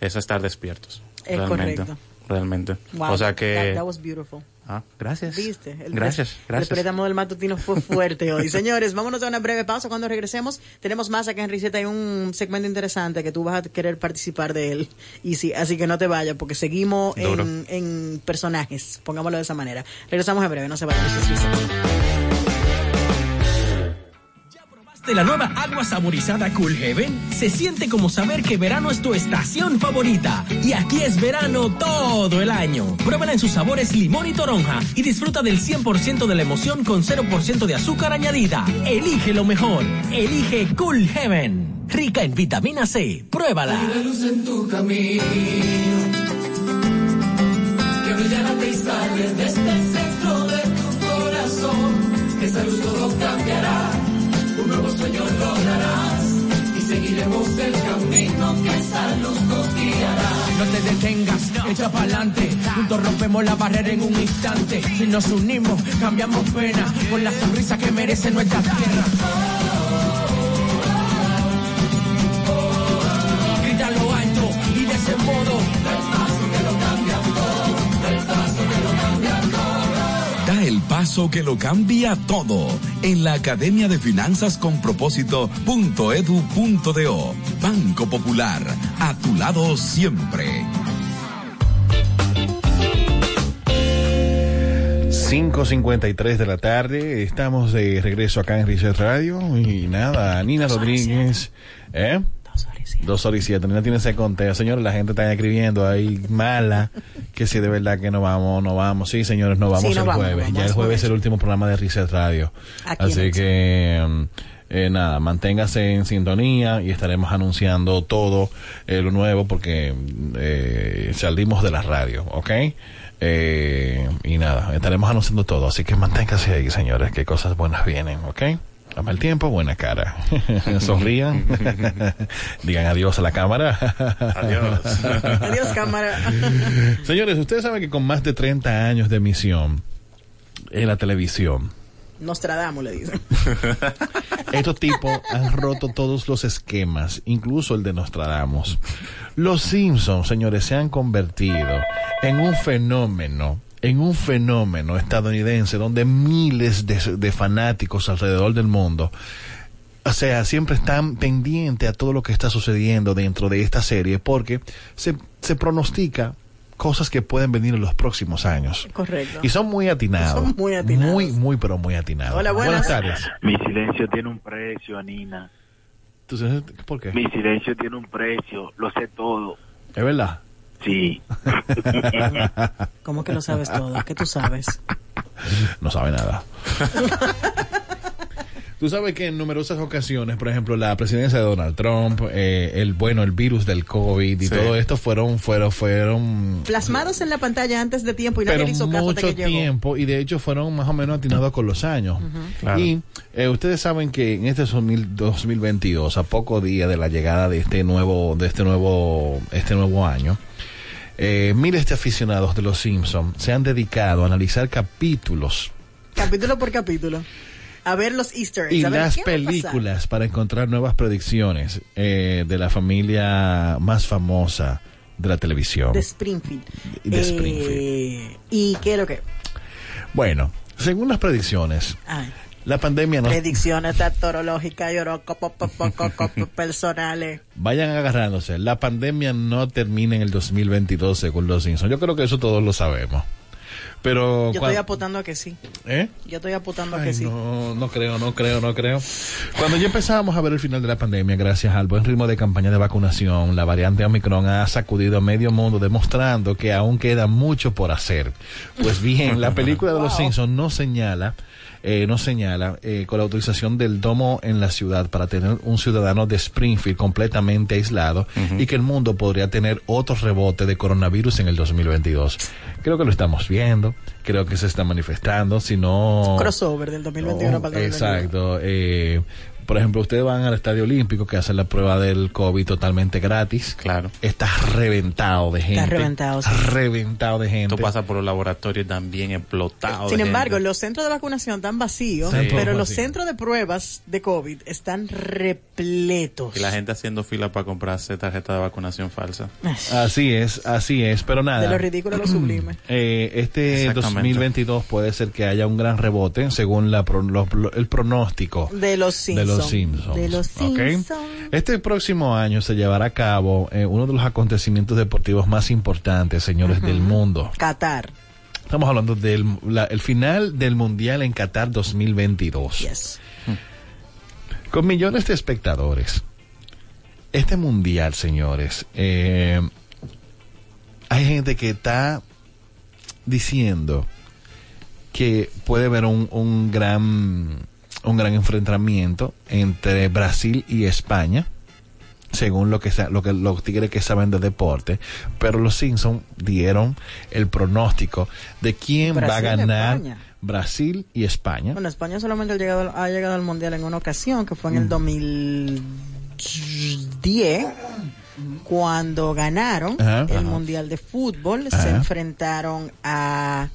es estar despiertos.
Es
realmente.
correcto.
Realmente.
Wow,
o sea
that-
que...
that was beautiful.
Ah, gracias.
Viste, el
Gracias,
pres-
gracias.
El préstamo del matutino fue fuerte hoy. Señores, vámonos a una breve pausa. Cuando regresemos, tenemos más acá en Riseta. Hay un segmento interesante que tú vas a querer participar de él. Y sí, así que no te vayas, porque seguimos
Duro.
en, en personajes. Pongámoslo de esa manera. Regresamos en breve, no se vayan. Esto es Riseta.
de la nueva agua saborizada Cool Heaven? Se siente como saber que verano es tu estación favorita. Y aquí es verano todo el año. Pruébala en sus sabores limón y toronja y disfruta del 100% de la emoción con 0% de azúcar añadida. Elige lo mejor. Elige Cool Heaven. Rica en vitamina C. Pruébala.
Hay una luz en tu camino que brillará y sale desde el este centro de tu corazón. Esa luz todo cambiará, un nuevo sueño lograrás y seguiremos el camino que esa luz nos guiará.
No te detengas, echa pa'lante. Juntos rompemos la barrera en un instante. Si nos unimos, cambiamos pena. Con la sonrisa que merece nuestra tierra. Grítalo alto y de ese modo.
Da el paso que lo cambia todo en la Academia de Finanzas con Propósito.edu.do. Banco Popular, a tu lado siempre.
5.53 de la tarde, estamos de regreso acá en Reset Radio y nada, Nina Rodríguez, ¿eh? Dos horas y siete. Nina tiene ese conteo. Señores, la gente está escribiendo ahí mala. Que si de verdad que no vamos, no vamos. Sí, señores, no vamos
Sí, no
el
vamos,
jueves.
vamos
ya el
el
jueves es el último programa de Reset Radio.
Aquí en
Así que, mm, eh, nada, manténgase en sintonía y estaremos anunciando todo eh, lo nuevo porque eh, salimos de la radio, ¿ok? Eh, y nada, estaremos anunciando todo. Así que manténgase ahí, señores, que cosas buenas vienen, ¿ok? A mal tiempo, buena cara. Sonrían. Digan adiós a la cámara.
adiós.
Adiós, cámara.
Señores, ustedes saben que con más de 30 años de emisión en la televisión,
Nostradamus le dicen.
estos tipos han roto todos los esquemas, incluso el de Nostradamus. Los Simpsons, señores, se han convertido en un fenómeno, en un fenómeno estadounidense donde miles de, de fanáticos alrededor del mundo o sea, siempre están pendientes a todo lo que está sucediendo dentro de esta serie porque se, se pronostica cosas que pueden venir en los próximos años.
Correcto.
Y son muy atinados.
Son muy atinados.
Muy, muy, pero muy atinados.
Hola, buenas.
tardes.
Mi silencio tiene un precio, Anina.
Entonces, ¿Por qué?
Mi silencio tiene un precio, lo sé todo.
¿Es verdad?
Sí.
¿Cómo que lo sabes todo? ¿Qué tú sabes?
No sabe nada. Tú sabes que en numerosas ocasiones, por ejemplo, la presidencia de Donald Trump, eh, el bueno, el virus del COVID y
Sí.
todo esto fueron, fueron, fueron
Plasmados en la pantalla antes de tiempo y nadie
pero
le hizo caso hasta que
mucho
llegó.
tiempo y de hecho fueron más o menos atinados con los años.
Claro.
Y eh, ustedes saben que en este 2000 2022, a poco día de la llegada de este nuevo de este nuevo este nuevo año, eh, miles de aficionados de los Simpsons se han dedicado a analizar capítulos
Capítulo por capítulo. A ver los Easter eggs.
y
a ver,
las
¿qué va a pasar?
películas para encontrar nuevas predicciones eh, de la familia más famosa de la televisión.
De Springfield.
De
Eh,
Springfield.
¿Y qué es lo que?
Bueno, según las predicciones,
Ay,
la pandemia nos
predicciones tatorológicas y horóscopos personales.
Vayan agarrándose. La pandemia no termina en el 2022 según los Simpsons. Yo creo que eso todos lo sabemos. Pero...
Yo
cuan-
estoy apuntando a que sí.
¿Eh?
Yo estoy apuntando a
Ay,
que sí.
No, no creo, no creo, no creo. Cuando ya empezábamos a ver el final de la pandemia, gracias al buen ritmo de campaña de vacunación, la variante Omicron ha sacudido a medio mundo, demostrando que aún queda mucho por hacer. Pues bien, la película de los Simpsons no señala, eh, no señala, eh, con la autorización del domo en la ciudad para tener un ciudadano de Springfield completamente aislado y que el mundo podría tener otro rebote de coronavirus en el 2022. Creo que lo estamos viendo, creo que se está manifestando, si no...
Crossover del 2021 para el 2022.
Oh, Exacto. eh, por ejemplo, ustedes van al Estadio Olímpico que hacen la prueba del COVID totalmente gratis. Claro. Está reventado de gente.
reventado, sí.
Reventado de gente.
Esto pasa por los laboratorios también explotados.
Sin
de
embargo,
gente.
los centros de vacunación están vacíos,
Sí.
pero los
Sí.
centros de pruebas de COVID están repletos.
Y la gente haciendo fila para comprarse tarjeta de vacunación falsa.
Así es, así es. Pero nada.
De lo ridículo a lo sublime.
Eh, este
Exactamente.
2022 puede ser que haya un gran rebote según la pro- lo- lo- el pronóstico
De los Simpsons.
de los Simpsons.
De los
¿ok? Este próximo año se llevará a cabo eh, uno de los acontecimientos deportivos más importantes, señores, del mundo.
Qatar.
Estamos hablando del la- el final del Mundial en Qatar 2022. Con millones de espectadores. Este Mundial, señores, eh, hay gente que está diciendo que puede haber un, un gran un gran enfrentamiento entre Brasil y España según lo que sa- lo que los tigres que saben de deporte, pero los Simpson dieron el pronóstico de quién va a
Brasil,
ganar
España.
Brasil y España.
Bueno, España solamente ha llegado, ha llegado al Mundial en una ocasión, que fue
Mm.
en el 2010, cuando ganaron
Ajá.
el
Ajá.
Mundial de Fútbol, se
Ajá.
enfrentaron a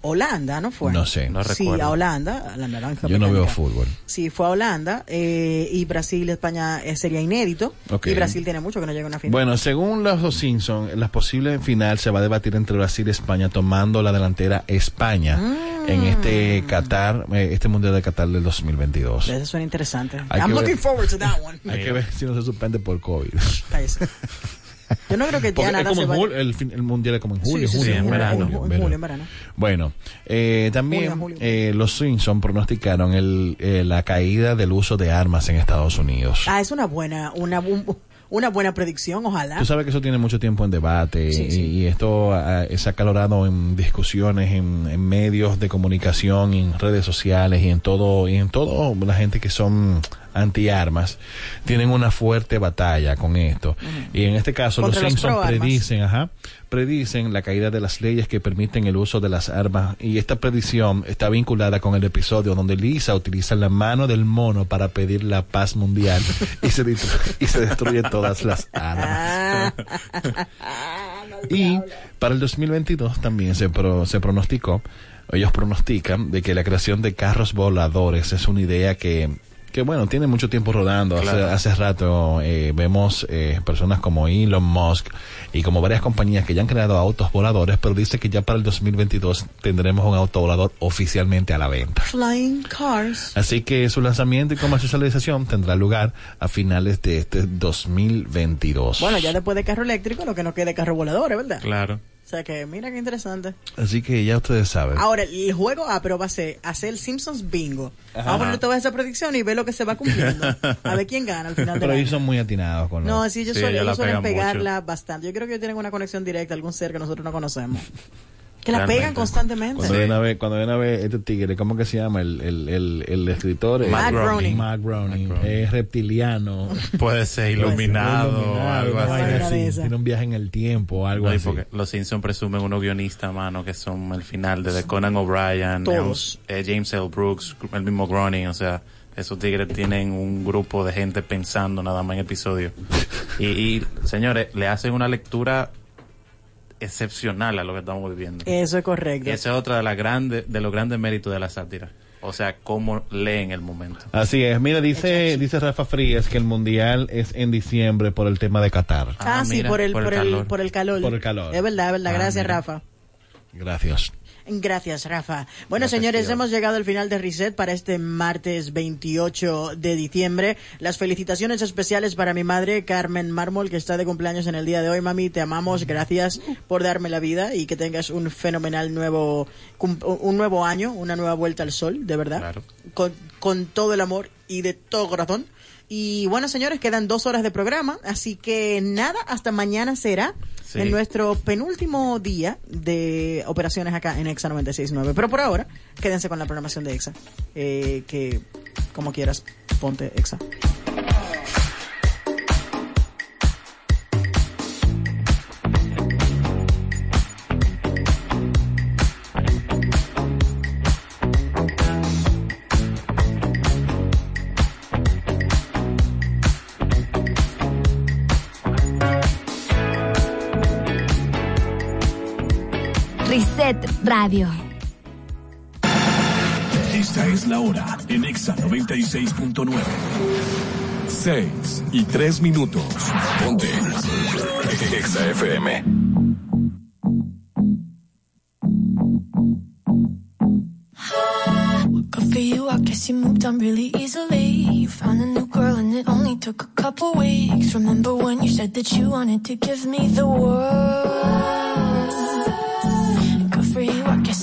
Holanda, ¿no fue?
No sé. No
sí,
recuerdo.
a Holanda, a la naranja.
Yo no veo
mecánica.
fútbol.
Sí, fue a Holanda eh, y Brasil, España eh, sería inédito.
Ok.
Y Brasil tiene mucho que no llega a una final.
Bueno, según los dos Simpsons, la posible final se va a debatir entre Brasil y España, tomando la delantera España
Mm.
en este Qatar, eh, este Mundial de Qatar del 2022.
Eso suena interesante.
pues, Hay
I'm
que ver.
looking forward to that one.
Hay que ver si no se suspende por COVID.
Cállese. Yo no creo que ya
Porque es
nada
como
se
en
vaya.
julio, el, fin- el mundial es como en
Sí,
julio,
sí, sí,
junio,
en
julio,
verano.
julio,
En julio, en verano.
Bueno, eh, también
Julio, julio.
eh, los Simpson pronosticaron el, eh, la caída del uso de armas en Estados Unidos.
Ah, es una buena, una, bu- una buena predicción, ojalá.
Tú sabes que eso tiene mucho tiempo en debate y, y esto ah, es acalorado en discusiones, en, en medios de comunicación, en redes sociales y en todo, y en todo la gente que son antiarmas tienen una fuerte batalla con esto. Y en este caso
Contra los
los Simpsons
proarmas.
predicen, ajá, predicen la caída de las leyes que permiten el uso de las armas y esta predicción está vinculada con el episodio donde Lisa utiliza la mano del mono para pedir la paz mundial y se, destru- y se destruyen todas las
Ah,
armas. Y para el 2022 también se, pro- se pronosticó, ellos pronostican de que la creación de carros voladores es una idea que, que bueno, tiene mucho tiempo rodando. Hace-
Claro.
Hace, rato eh, vemos eh, personas como Elon Musk y como varias compañías que ya han creado autos voladores, pero dice que ya para el 2022 tendremos un auto volador oficialmente a la venta.
Flying cars.
Así que su lanzamiento y comercialización tendrá lugar a finales de este 2022.
Bueno, ya después de carro eléctrico, lo que nos queda es carro volador, ¿es ¿verdad?
Claro.
O sea que, mira qué interesante.
Así que ya ustedes saben.
Ahora, el juego, ah, pero va a ser hacer el Simpsons bingo. Vamos a poner todas esas predicciones y ver lo que se va cumpliendo. A ver quién gana al final del
Pero ellos
año.
son muy atinados con
No,
los-
sí, ellos, suelen, ellos suelen pegarla bastante. Yo creo que ellos tienen una conexión directa, algún ser que nosotros no conocemos. Que la
Realmente.
pegan constantemente.
Cuando viene a ver, cuando viene a ver este tigre, ¿cómo que se llama? El, el, el, el escritor. eh,
Matt Groening.
Matt Groening. Es reptiliano.
Puede ser iluminado o
Iluminado,
algo
una vaina así.
así.
Tiene un viaje en el tiempo o algo
Ay,
así.
porque los Simpsons presumen unos guionistas, mano, que son el final, desde Conan O'Brien,
Todos.
eh, James L. Brooks, el mismo Groening, o sea, esos tigres tienen un grupo de gente pensando nada más en episodios. Y, y, señores, le hacen una lectura excepcional a lo que estamos viviendo.
Eso es correcto.
Y esa es otra de, las grandes de los grandes méritos de la sátira. O sea, cómo leen el momento.
Así es. Mira, dice, dice Rafa Frías que el mundial es en diciembre por el tema de Qatar.
Ah, sí, por el, por, el, por el calor. Ah,
Por el calor.
Es verdad, es verdad. Gracias, Rafa.
Gracias.
Gracias, Rafa. Bueno, señores, hemos llegado al final de Reset para este martes 28 de diciembre. Las felicitaciones especiales para mi madre, Carmen Mármol, que está de cumpleaños en el día de hoy. Mami, te amamos. Gracias por darme la vida y que tengas un fenomenal nuevo, cum- un nuevo año, una nueva vuelta al sol, de verdad. Con, con todo el amor y de todo corazón. Y bueno, señores, quedan dos horas de programa, así que nada, hasta mañana será
Sí.
en nuestro penúltimo día de operaciones acá en EXA 96.9. Pero por ahora, quédense con la programación de EXA, eh, que como quieras, ponte EXA.
Reset Radio.
Esta es la hora en Exa 96.9. 6 y 3 minutos. Ponte. Exa FM.
Good for you, I guess you moved on really easily. You found a new girl and it only took a couple weeks. Remember when you said that you wanted to give me the world? Good for you, I guess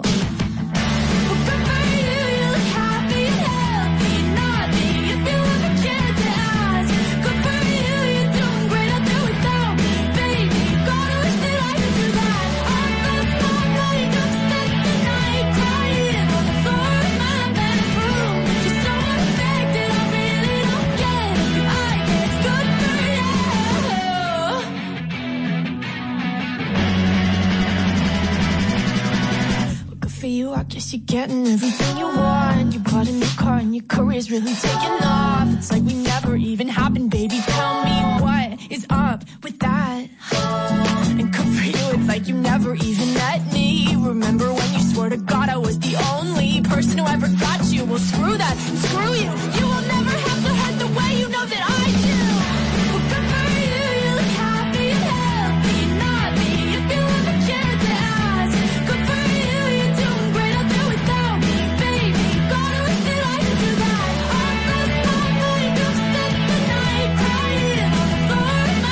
Well, good for you, you look happy and healthy, nothing if you ever cared to ask. Good for you, you're doing great out there without me, baby. God, I wish that I could do that. I lost my mind, I'm stuck at night, crying on the floor of my bedroom. You're so affected, I really don't get it. I guess good for you. good for you. I guess you're getting everything you want. You bought a new car and your career's really taking off. It's like we never even happened, baby. Tell me what is up with that. And good for you, it's like you never even met me. Remember when you swore to God I was the only person who ever got you? Well, screw that. Screw you. You will never have to hurt the way you know that I do. Well, good for you. You look happy and healthy. Nothing if you ever cared to ask. Good for you. You're doing great out there without me, baby. God, I wish that I could do that. I lost my mind. I'm stuck the night crying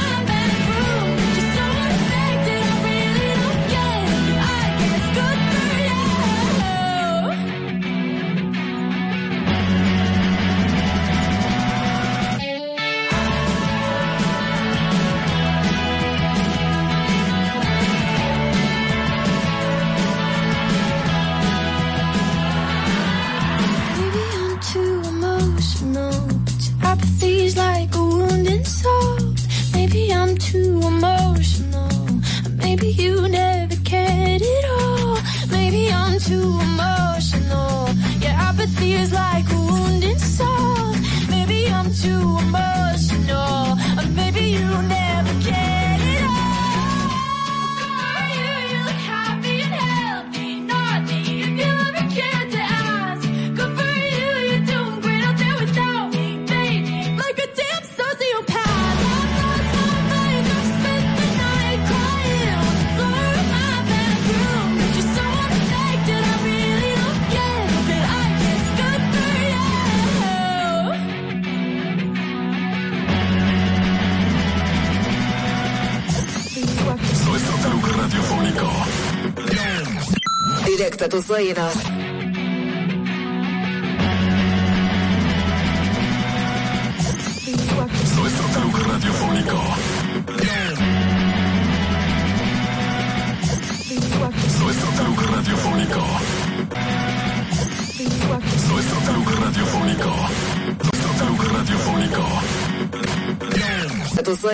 too emotional. Your apathy is like a wounded soul. Maybe I'm too emotional. Or maybe you never get it all. You, you look happy and healthy, naughty. If you ever cared to ask, good for you. You're doing great out there without me, baby. Like a damn sociopath.
Nuestro club radiofónico.
Directo a tus oídos.
Nuestro club radiofónico. Nuestro club radiofónico. Nuestro club radiofónico. Nuestro club radiofónico.
A tus oídos.